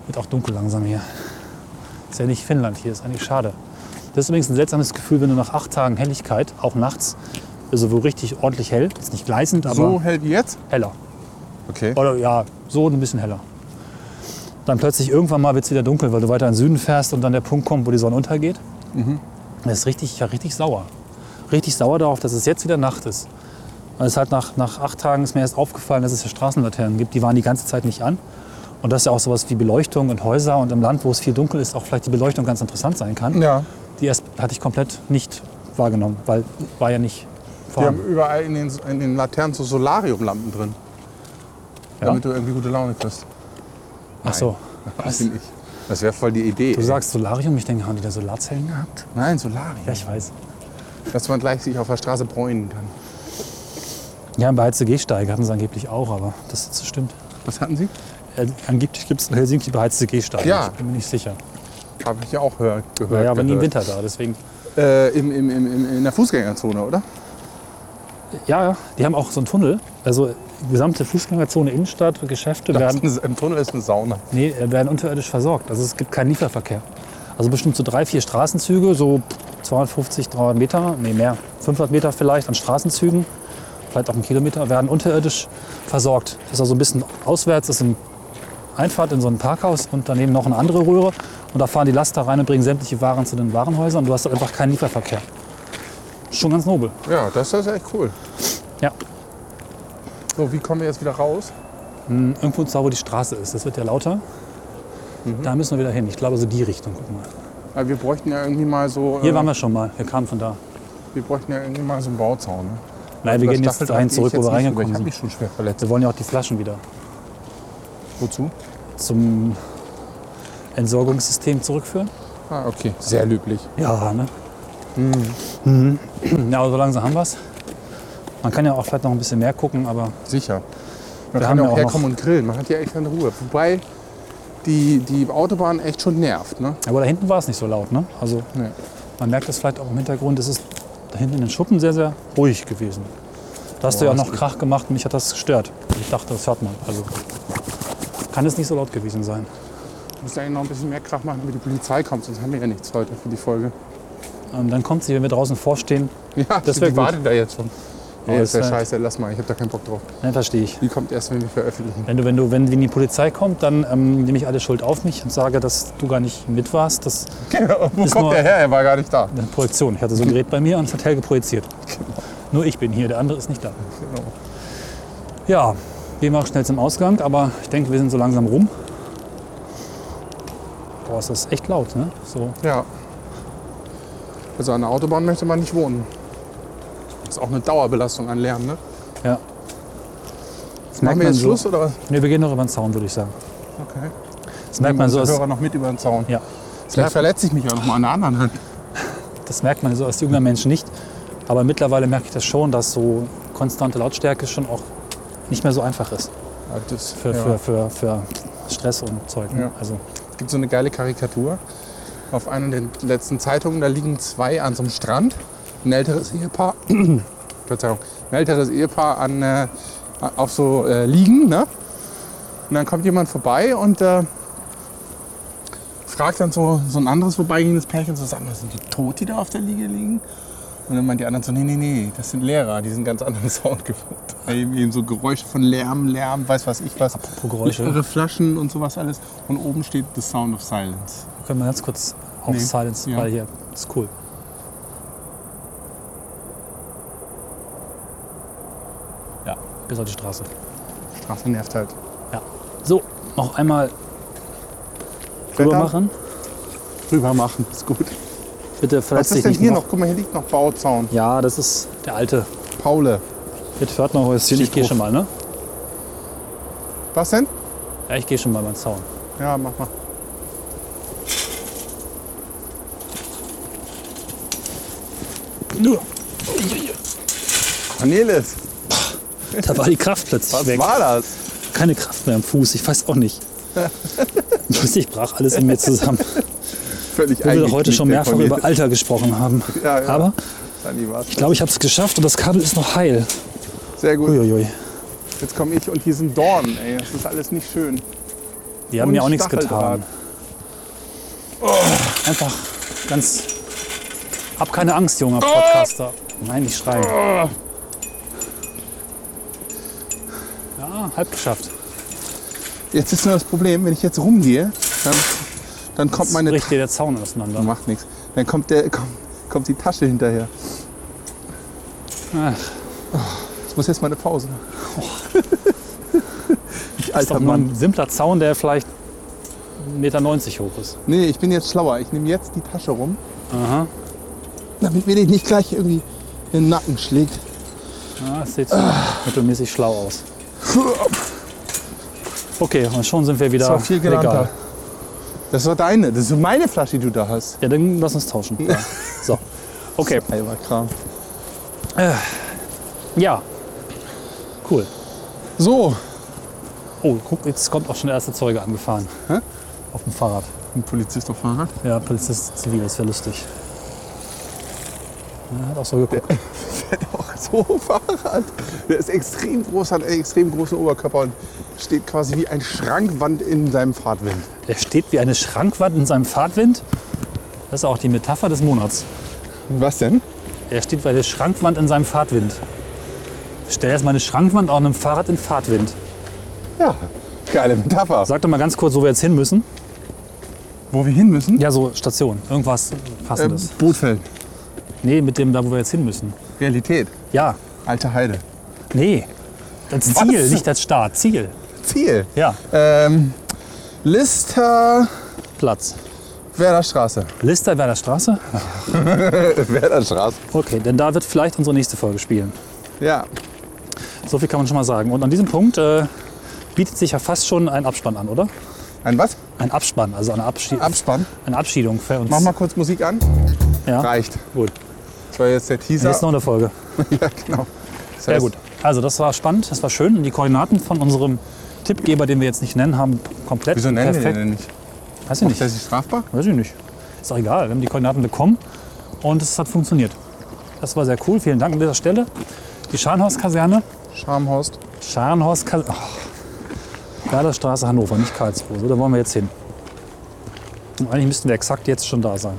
[SPEAKER 3] Wird auch dunkel langsam hier. Ist ja nicht Finnland hier, ist eigentlich schade. Das ist übrigens ein seltsames Gefühl, wenn du nach acht Tagen Helligkeit, auch nachts, also wo richtig ordentlich hell, ist nicht gleißend, aber
[SPEAKER 2] So hält die jetzt?
[SPEAKER 3] heller.
[SPEAKER 2] Okay.
[SPEAKER 3] Oder ja, so ein bisschen heller. Dann plötzlich irgendwann mal wird es wieder dunkel, weil du weiter in den Süden fährst und dann der Punkt kommt, wo die Sonne untergeht.
[SPEAKER 2] Mhm.
[SPEAKER 3] Das ist richtig, ja, richtig sauer. Richtig sauer darauf, dass es jetzt wieder Nacht ist. Weil es halt nach, nach acht Tagen ist mir erst aufgefallen, dass es hier Straßenlaternen gibt. Die waren die ganze Zeit nicht an. Und dass ja auch sowas wie Beleuchtung und Häuser und im Land, wo es viel dunkel ist, auch vielleicht die Beleuchtung ganz interessant sein kann.
[SPEAKER 2] Ja.
[SPEAKER 3] Die erst hatte ich komplett nicht wahrgenommen, weil war ja nicht
[SPEAKER 2] Die
[SPEAKER 3] vorhanden.
[SPEAKER 2] haben überall in den, in den Laternen so Solariumlampen drin.
[SPEAKER 3] Ja?
[SPEAKER 2] Damit du irgendwie gute Laune kriegst.
[SPEAKER 3] Ach so.
[SPEAKER 2] Weiß ich nicht. Das wäre voll die Idee.
[SPEAKER 3] Du sagst Solarium, ich denke, haben die da Solarzellen gehabt?
[SPEAKER 2] Nein, Solarium.
[SPEAKER 3] Ja, ich weiß.
[SPEAKER 2] Dass man gleich sich auf der Straße bräunen kann.
[SPEAKER 3] Ja, bei beheizte Gehsteige hatten sie angeblich auch, aber das, das stimmt.
[SPEAKER 2] Was hatten Sie?
[SPEAKER 3] Äh, angeblich gibt es in Helsinki beheizte Gehsteige.
[SPEAKER 2] Ja.
[SPEAKER 3] Ich bin mir nicht sicher.
[SPEAKER 2] Habe ich ja auch hör, gehört.
[SPEAKER 3] War ja aber nie im
[SPEAKER 2] gehört.
[SPEAKER 3] Winter da, deswegen.
[SPEAKER 2] Äh, im, im, im, im, in der Fußgängerzone, oder?
[SPEAKER 3] Ja, ja, die haben auch so einen Tunnel. Also die gesamte Fußgängerzone, Innenstadt, Geschäfte werden,
[SPEAKER 2] ist eine, Im Tunnel ist eine Sauna.
[SPEAKER 3] nee, äh, werden unterirdisch versorgt. Also es gibt keinen Lieferverkehr. Also bestimmt so drei, vier Straßenzüge, so 250, 300 Meter, nee mehr, 500 Meter vielleicht an Straßenzügen, vielleicht auch einen Kilometer, werden unterirdisch versorgt. Ist also ein bisschen auswärts, ist ein Einfahrt in so ein Parkhaus und daneben noch eine andere Röhre. Und da fahren die Laster rein und bringen sämtliche Waren zu den Warenhäusern. Und du hast halt einfach keinen Lieferverkehr. Schon ganz nobel.
[SPEAKER 2] Ja, das ist echt cool.
[SPEAKER 3] Ja.
[SPEAKER 2] So, wie kommen wir jetzt wieder raus?
[SPEAKER 3] Hm, Irgendwo da, wo die Straße ist. Das wird ja lauter. Da müssen wir wieder hin. Ich glaube, so die Richtung. Guck mal.
[SPEAKER 2] Weil wir bräuchten ja irgendwie mal so.
[SPEAKER 3] Hier
[SPEAKER 2] äh,
[SPEAKER 3] waren wir schon mal. Wir kamen von da.
[SPEAKER 2] wir bräuchten ja irgendwie mal so einen Bauzaun. Ne?
[SPEAKER 3] Nein, wir
[SPEAKER 2] Über
[SPEAKER 3] gehen jetzt
[SPEAKER 2] Stacheldraht
[SPEAKER 3] dahin
[SPEAKER 2] gehe ich
[SPEAKER 3] zurück,
[SPEAKER 2] jetzt
[SPEAKER 3] wo wir
[SPEAKER 2] nicht rüber.
[SPEAKER 3] reingekommen
[SPEAKER 2] Ich habe
[SPEAKER 3] sind.
[SPEAKER 2] mich schon schwer verletzt.
[SPEAKER 3] Wir wollen ja auch die Flaschen wieder
[SPEAKER 2] Wozu?
[SPEAKER 3] zum Entsorgungssystem zurückführen.
[SPEAKER 2] Ah, okay. Sehr löblich.
[SPEAKER 3] Ja, ne? Mhm. Ja, aber so langsam haben wir es. Man kann ja auch vielleicht noch ein bisschen mehr gucken, aber
[SPEAKER 2] Sicher. Man
[SPEAKER 3] Wir
[SPEAKER 2] kann
[SPEAKER 3] haben
[SPEAKER 2] ja
[SPEAKER 3] ja
[SPEAKER 2] auch
[SPEAKER 3] auch
[SPEAKER 2] herkommen und grillen. Man hat ja echt keine Ruhe. Wobei die, die Autobahn echt schon nervt. Ne?
[SPEAKER 3] Aber da hinten war es nicht so laut, ne? Also
[SPEAKER 2] Nee.
[SPEAKER 3] man merkt das vielleicht auch im Hintergrund, es ist da hinten in den Schuppen sehr, sehr ruhig gewesen. Da hast du ja noch Krach gemacht und mich hat das gestört. Ich dachte, das hört man. Also kann es nicht so laut gewesen sein.
[SPEAKER 2] Ich muss eigentlich noch ein bisschen mehr Krach machen, damit die Polizei kommt. Sonst haben wir ja nichts heute für die Folge.
[SPEAKER 3] Ähm, dann kommt sie, wenn wir draußen vorstehen.
[SPEAKER 2] Ja,
[SPEAKER 3] Das wär
[SPEAKER 2] die
[SPEAKER 3] gut.
[SPEAKER 2] wartet da jetzt schon. Nee,
[SPEAKER 3] Oh,
[SPEAKER 2] das ist ja
[SPEAKER 3] ist halt-
[SPEAKER 2] scheiße. Lass mal. Ich habe da keinen Bock drauf.
[SPEAKER 3] Dann verstehe ich.
[SPEAKER 2] Die kommt erst, wenn wir veröffentlichen.
[SPEAKER 3] Wenn du, wenn du, wenn die Polizei kommt, dann ähm, nehme ich alle Schuld auf mich und sage, dass du gar nicht mit warst.
[SPEAKER 2] [laughs]
[SPEAKER 3] Das
[SPEAKER 2] Genau, Wo
[SPEAKER 3] kommt nur- der
[SPEAKER 2] her? Er war gar nicht da.
[SPEAKER 3] eine Projektion. Ich hatte so ein Gerät bei mir und es hat hell geprojiziert. Nur ich bin hier, der andere ist nicht da.
[SPEAKER 2] Genau.
[SPEAKER 3] Ja, gehen wir schnell zum Ausgang, aber ich denke, wir sind so langsam rum. Boah, ist das echt laut, ne? So.
[SPEAKER 2] Ja. Also an der Autobahn möchte man nicht wohnen. Das ist auch eine Dauerbelastung an Lärm, ne?
[SPEAKER 3] Ja.
[SPEAKER 2] Machen
[SPEAKER 3] Das merkt
[SPEAKER 2] wir
[SPEAKER 3] man
[SPEAKER 2] jetzt
[SPEAKER 3] so.
[SPEAKER 2] Schluss oder?
[SPEAKER 3] Ne, wir gehen noch über den Zaun, würde ich sagen.
[SPEAKER 2] Okay.
[SPEAKER 3] Das merkt man so
[SPEAKER 2] Nehmen
[SPEAKER 3] als,
[SPEAKER 2] die Hörer noch mit über den Zaun.
[SPEAKER 3] ja,
[SPEAKER 2] Vielleicht verletze ich mich ja noch mal an der anderen Hand.
[SPEAKER 3] das merkt man so als junger Mensch nicht. Aber mittlerweile merke ich das schon, dass so konstante Lautstärke schon auch nicht mehr so einfach ist
[SPEAKER 2] Ja, Das,
[SPEAKER 3] für,
[SPEAKER 2] ja.
[SPEAKER 3] für, für, für Stress und Zeug. Ne?
[SPEAKER 2] Ja.
[SPEAKER 3] Also,
[SPEAKER 2] Es gibt so eine geile Karikatur auf einer der letzten Zeitungen. Da liegen zwei an so einem Strand. Ein älteres Ehepaar, [clears throat] Verzeihung, ein älteres Ehepaar an, äh, auf so äh, Liegen. Ne? Und dann kommt jemand vorbei und äh, fragt dann so, so ein anderes vorbeigehendes Pärchen so, sag mal, sind die tot, die da auf der Liege liegen? Und dann meint die anderen so, nee, nee, nee, das sind Lehrer, die sind ganz anderen [laughs] Sound gewohnt. Eben eben so Geräusche von Lärm, Lärm, weiß was ich was.
[SPEAKER 3] Apropos Geräusche.
[SPEAKER 2] Leere Flaschen und sowas alles. Und oben steht The Sound of Silence.
[SPEAKER 3] können wir ganz kurz auf
[SPEAKER 2] Nee,
[SPEAKER 3] Silence,
[SPEAKER 2] ja.
[SPEAKER 3] weil hier ist cool. Ja, bis auf die Straße.
[SPEAKER 2] Straße nervt halt.
[SPEAKER 3] Ja. So, noch einmal rüber
[SPEAKER 2] Klettern?
[SPEAKER 3] machen.
[SPEAKER 2] Rüber machen, ist gut.
[SPEAKER 3] Bitte
[SPEAKER 2] Was
[SPEAKER 3] verletzt dich
[SPEAKER 2] ist denn
[SPEAKER 3] nicht.
[SPEAKER 2] hier
[SPEAKER 3] noch.
[SPEAKER 2] noch? Guck mal, hier liegt noch Bauzaun.
[SPEAKER 3] Ja, das ist der alte.
[SPEAKER 2] Paule.
[SPEAKER 3] Mit Pförtnerhäuschen. Ich
[SPEAKER 2] Steht
[SPEAKER 3] gehe
[SPEAKER 2] drauf.
[SPEAKER 3] schon mal, ne?
[SPEAKER 2] Was denn?
[SPEAKER 3] Ja, ich gehe schon mal beim Zaun.
[SPEAKER 2] Ja, mach mal. Cornelis,
[SPEAKER 3] Da war die Kraft plötzlich
[SPEAKER 2] was
[SPEAKER 3] weg.
[SPEAKER 2] war das?
[SPEAKER 3] Keine Kraft mehr am Fuß, ich weiß
[SPEAKER 2] [laughs]
[SPEAKER 3] auch nicht. Plötzlich brach alles in mir zusammen.
[SPEAKER 2] Völlig
[SPEAKER 3] Wo wir doch heute
[SPEAKER 2] eingeknickt,
[SPEAKER 3] schon
[SPEAKER 2] der
[SPEAKER 3] mehrfach
[SPEAKER 2] Cornelis.
[SPEAKER 3] über Alter gesprochen haben.
[SPEAKER 2] Ja, ja.
[SPEAKER 3] Aber
[SPEAKER 2] Dani war's.
[SPEAKER 3] ich glaube, ich habe es geschafft und das Kabel ist noch heil.
[SPEAKER 2] Sehr gut.
[SPEAKER 3] Uiuiui.
[SPEAKER 2] Jetzt komme ich und hier sind Dornen, ey. Das ist alles nicht schön.
[SPEAKER 3] Die haben
[SPEAKER 2] Und
[SPEAKER 3] mir auch nichts
[SPEAKER 2] Stacheldraht. Oh.
[SPEAKER 3] getan. Einfach ganz. Hab keine Angst,
[SPEAKER 2] Oh.
[SPEAKER 3] junger Podcaster. Nein, nicht schreien. Ja, halb geschafft.
[SPEAKER 2] Jetzt ist nur das Problem, wenn ich jetzt rumgehe, dann, dann kommt
[SPEAKER 3] Jetzt
[SPEAKER 2] meine
[SPEAKER 3] bricht dir der Zaun auseinander.
[SPEAKER 2] Macht nichts. Dann kommt, der, kommt, kommt die Tasche hinterher.
[SPEAKER 3] Ach,
[SPEAKER 2] Ich muss jetzt mal eine Pause. machen. [laughs] ich
[SPEAKER 3] ist
[SPEAKER 2] alter
[SPEAKER 3] doch nur
[SPEAKER 2] Mann.
[SPEAKER 3] ein simpler Zaun, der vielleicht 1,90 Meter hoch ist.
[SPEAKER 2] Nee, ich bin jetzt schlauer. Ich nehme jetzt die Tasche rum,
[SPEAKER 3] Aha.
[SPEAKER 2] damit mir die nicht gleich irgendwie in den Nacken schlägt.
[SPEAKER 3] Ja, das sieht
[SPEAKER 2] Ah.
[SPEAKER 3] mittelmäßig schlau aus. Okay, und schon sind wir wieder
[SPEAKER 2] Das war viel
[SPEAKER 3] legal.
[SPEAKER 2] gelernter. Das war deine. Das ist meine Flasche, die du da hast.
[SPEAKER 3] Ja, dann lass uns tauschen. Ja. So. Okay.
[SPEAKER 2] Alber Kram.
[SPEAKER 3] Ja. Cool.
[SPEAKER 2] So,
[SPEAKER 3] Oh, guck, jetzt kommt auch schon der erste Zeuge angefahren.
[SPEAKER 2] Hä?
[SPEAKER 3] Auf dem Fahrrad.
[SPEAKER 2] ein Polizist auf Fahrrad.
[SPEAKER 3] Ja, Polizist zivil, das wäre lustig. Ja, hat auch so geguckt.
[SPEAKER 2] Der hat auch [laughs] so Fahrrad. Der ist extrem groß, hat einen extrem großen Oberkörper und steht quasi wie ein Schrankwand in seinem Fahrtwind.
[SPEAKER 3] Er steht wie eine Schrankwand in seinem Fahrtwind. Das ist auch die Metapher des Monats.
[SPEAKER 2] Was denn?
[SPEAKER 3] Er steht bei der Schrankwand in seinem Fahrtwind. Stell erst mal eine Schrankwand auf einem Fahrrad in Fahrtwind.
[SPEAKER 2] Ja, geile Metapher.
[SPEAKER 3] Sag doch mal ganz kurz, wo wir jetzt hin müssen.
[SPEAKER 2] Wo wir hin müssen?
[SPEAKER 3] Ja, so Station. Ähm. Irgendwas
[SPEAKER 2] Ähm,
[SPEAKER 3] passendes.
[SPEAKER 2] Bootfeld.
[SPEAKER 3] nee, mit dem da, wo wir jetzt hin müssen.
[SPEAKER 2] Realität.
[SPEAKER 3] Ja.
[SPEAKER 2] Alte Heide.
[SPEAKER 3] Nee. Das
[SPEAKER 2] Was?
[SPEAKER 3] Ziel, nicht das Start. Ziel.
[SPEAKER 2] Ziel.
[SPEAKER 3] Ja.
[SPEAKER 2] Ähm, Lister
[SPEAKER 3] Platz. [laughs]
[SPEAKER 2] Werderstraße.
[SPEAKER 3] Lister Werderstraße?
[SPEAKER 2] Werderstraße.
[SPEAKER 3] Okay, denn da wird vielleicht unsere nächste Folge spielen.
[SPEAKER 2] Ja.
[SPEAKER 3] So viel kann man schon mal sagen. Und an diesem Punkt äh, bietet sich ja fast schon ein Abspann an, oder?
[SPEAKER 2] Ein was?
[SPEAKER 3] Ein Abspann, also eine, Abschied
[SPEAKER 2] Abspann.
[SPEAKER 3] eine Abschiedung für uns.
[SPEAKER 2] Mach mal kurz Musik an.
[SPEAKER 3] Ja.
[SPEAKER 2] Reicht.
[SPEAKER 3] Gut.
[SPEAKER 2] Das war jetzt der
[SPEAKER 3] Dann
[SPEAKER 2] Teaser.
[SPEAKER 3] ist noch eine Folge.
[SPEAKER 2] ja, genau. Das
[SPEAKER 3] Sehr
[SPEAKER 2] heißt,
[SPEAKER 3] gut. Also das war spannend, das war schön. Und die Koordinaten von unserem Tippgeber, den wir jetzt nicht nennen, haben komplett
[SPEAKER 2] Wieso nennen wir
[SPEAKER 3] perfekt.
[SPEAKER 2] den denn nicht?
[SPEAKER 3] Weiß ich
[SPEAKER 2] Ist
[SPEAKER 3] nicht.
[SPEAKER 2] das nicht strafbar?
[SPEAKER 3] Weiß ich nicht. Ist doch egal. Wir haben die Koordinaten bekommen und es hat funktioniert. Das war sehr cool. Vielen Dank an dieser Stelle. Die Scharnhorst-Kaserne.
[SPEAKER 2] Schamhorst.
[SPEAKER 3] Scharnhorst, Kas- oh. Werderstraße, Hannover, nicht Karlsruhe. So, da wollen wir jetzt hin. Und eigentlich müssten wir exakt jetzt schon da sein.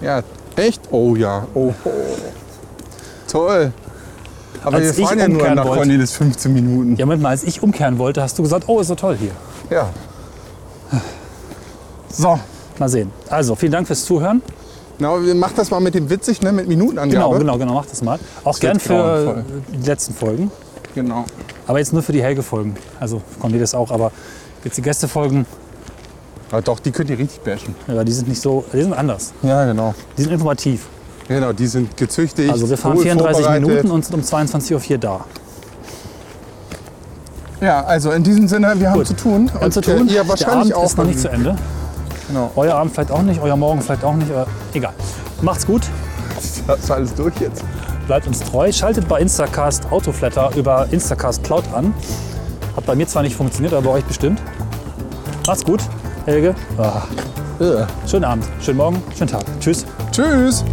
[SPEAKER 2] Ja. Echt? Oh ja. Oh. oh. Toll. Aber
[SPEAKER 3] Als
[SPEAKER 2] wir
[SPEAKER 3] ich
[SPEAKER 2] fahren ja nur
[SPEAKER 3] umkehren
[SPEAKER 2] nach
[SPEAKER 3] wollte-
[SPEAKER 2] Cornelis 15 Minuten.
[SPEAKER 3] Ja, Moment mal, als ich umkehren wollte, hast du gesagt, oh, ist so toll hier.
[SPEAKER 2] ja. So.
[SPEAKER 3] Mal sehen. Also, vielen Dank fürs Zuhören.
[SPEAKER 2] Na, aber wir- mach das mal mit dem witzig, ne? mit Minutenangabe.
[SPEAKER 3] Genau, genau, genau, mach das mal. Auch
[SPEAKER 2] wird
[SPEAKER 3] gern für
[SPEAKER 2] grauenvoll.
[SPEAKER 3] die letzten Folgen.
[SPEAKER 2] genau.
[SPEAKER 3] Aber jetzt nur für die Helge-Folgen. Also Cornelis auch, aber jetzt die Gäste-Folgen,
[SPEAKER 2] Aber doch, die könnt ihr richtig bashen.
[SPEAKER 3] ja, die sind nicht so, die sind anders.
[SPEAKER 2] Ja, genau.
[SPEAKER 3] Die sind informativ.
[SPEAKER 2] Genau, die sind gezüchtigt.
[SPEAKER 3] Also wir fahren
[SPEAKER 2] wohl
[SPEAKER 3] 34
[SPEAKER 2] vorbereitet.
[SPEAKER 3] Minuten und sind um 22.04 Uhr da.
[SPEAKER 2] Ja, also in diesem Sinne, wir haben
[SPEAKER 3] Gut.
[SPEAKER 2] zu tun.
[SPEAKER 3] Und zu tun,
[SPEAKER 2] Äh, ihr wahrscheinlich
[SPEAKER 3] der Abend
[SPEAKER 2] auch.
[SPEAKER 3] ist noch nicht zu Ende.
[SPEAKER 2] Genau.
[SPEAKER 3] Euer Abend vielleicht auch nicht, euer Morgen vielleicht auch nicht, aber egal. Macht's gut,
[SPEAKER 2] Hast du alles durch jetzt?
[SPEAKER 3] bleibt uns treu, schaltet bei Instacast Autoflatter über Instacast Cloud an. Hat bei mir zwar nicht funktioniert, aber bei euch bestimmt. Macht's gut, Helge. Ah,
[SPEAKER 2] Ja.
[SPEAKER 3] schönen Abend, schönen Morgen, schönen Tag. Tschüss.
[SPEAKER 2] Tschüss.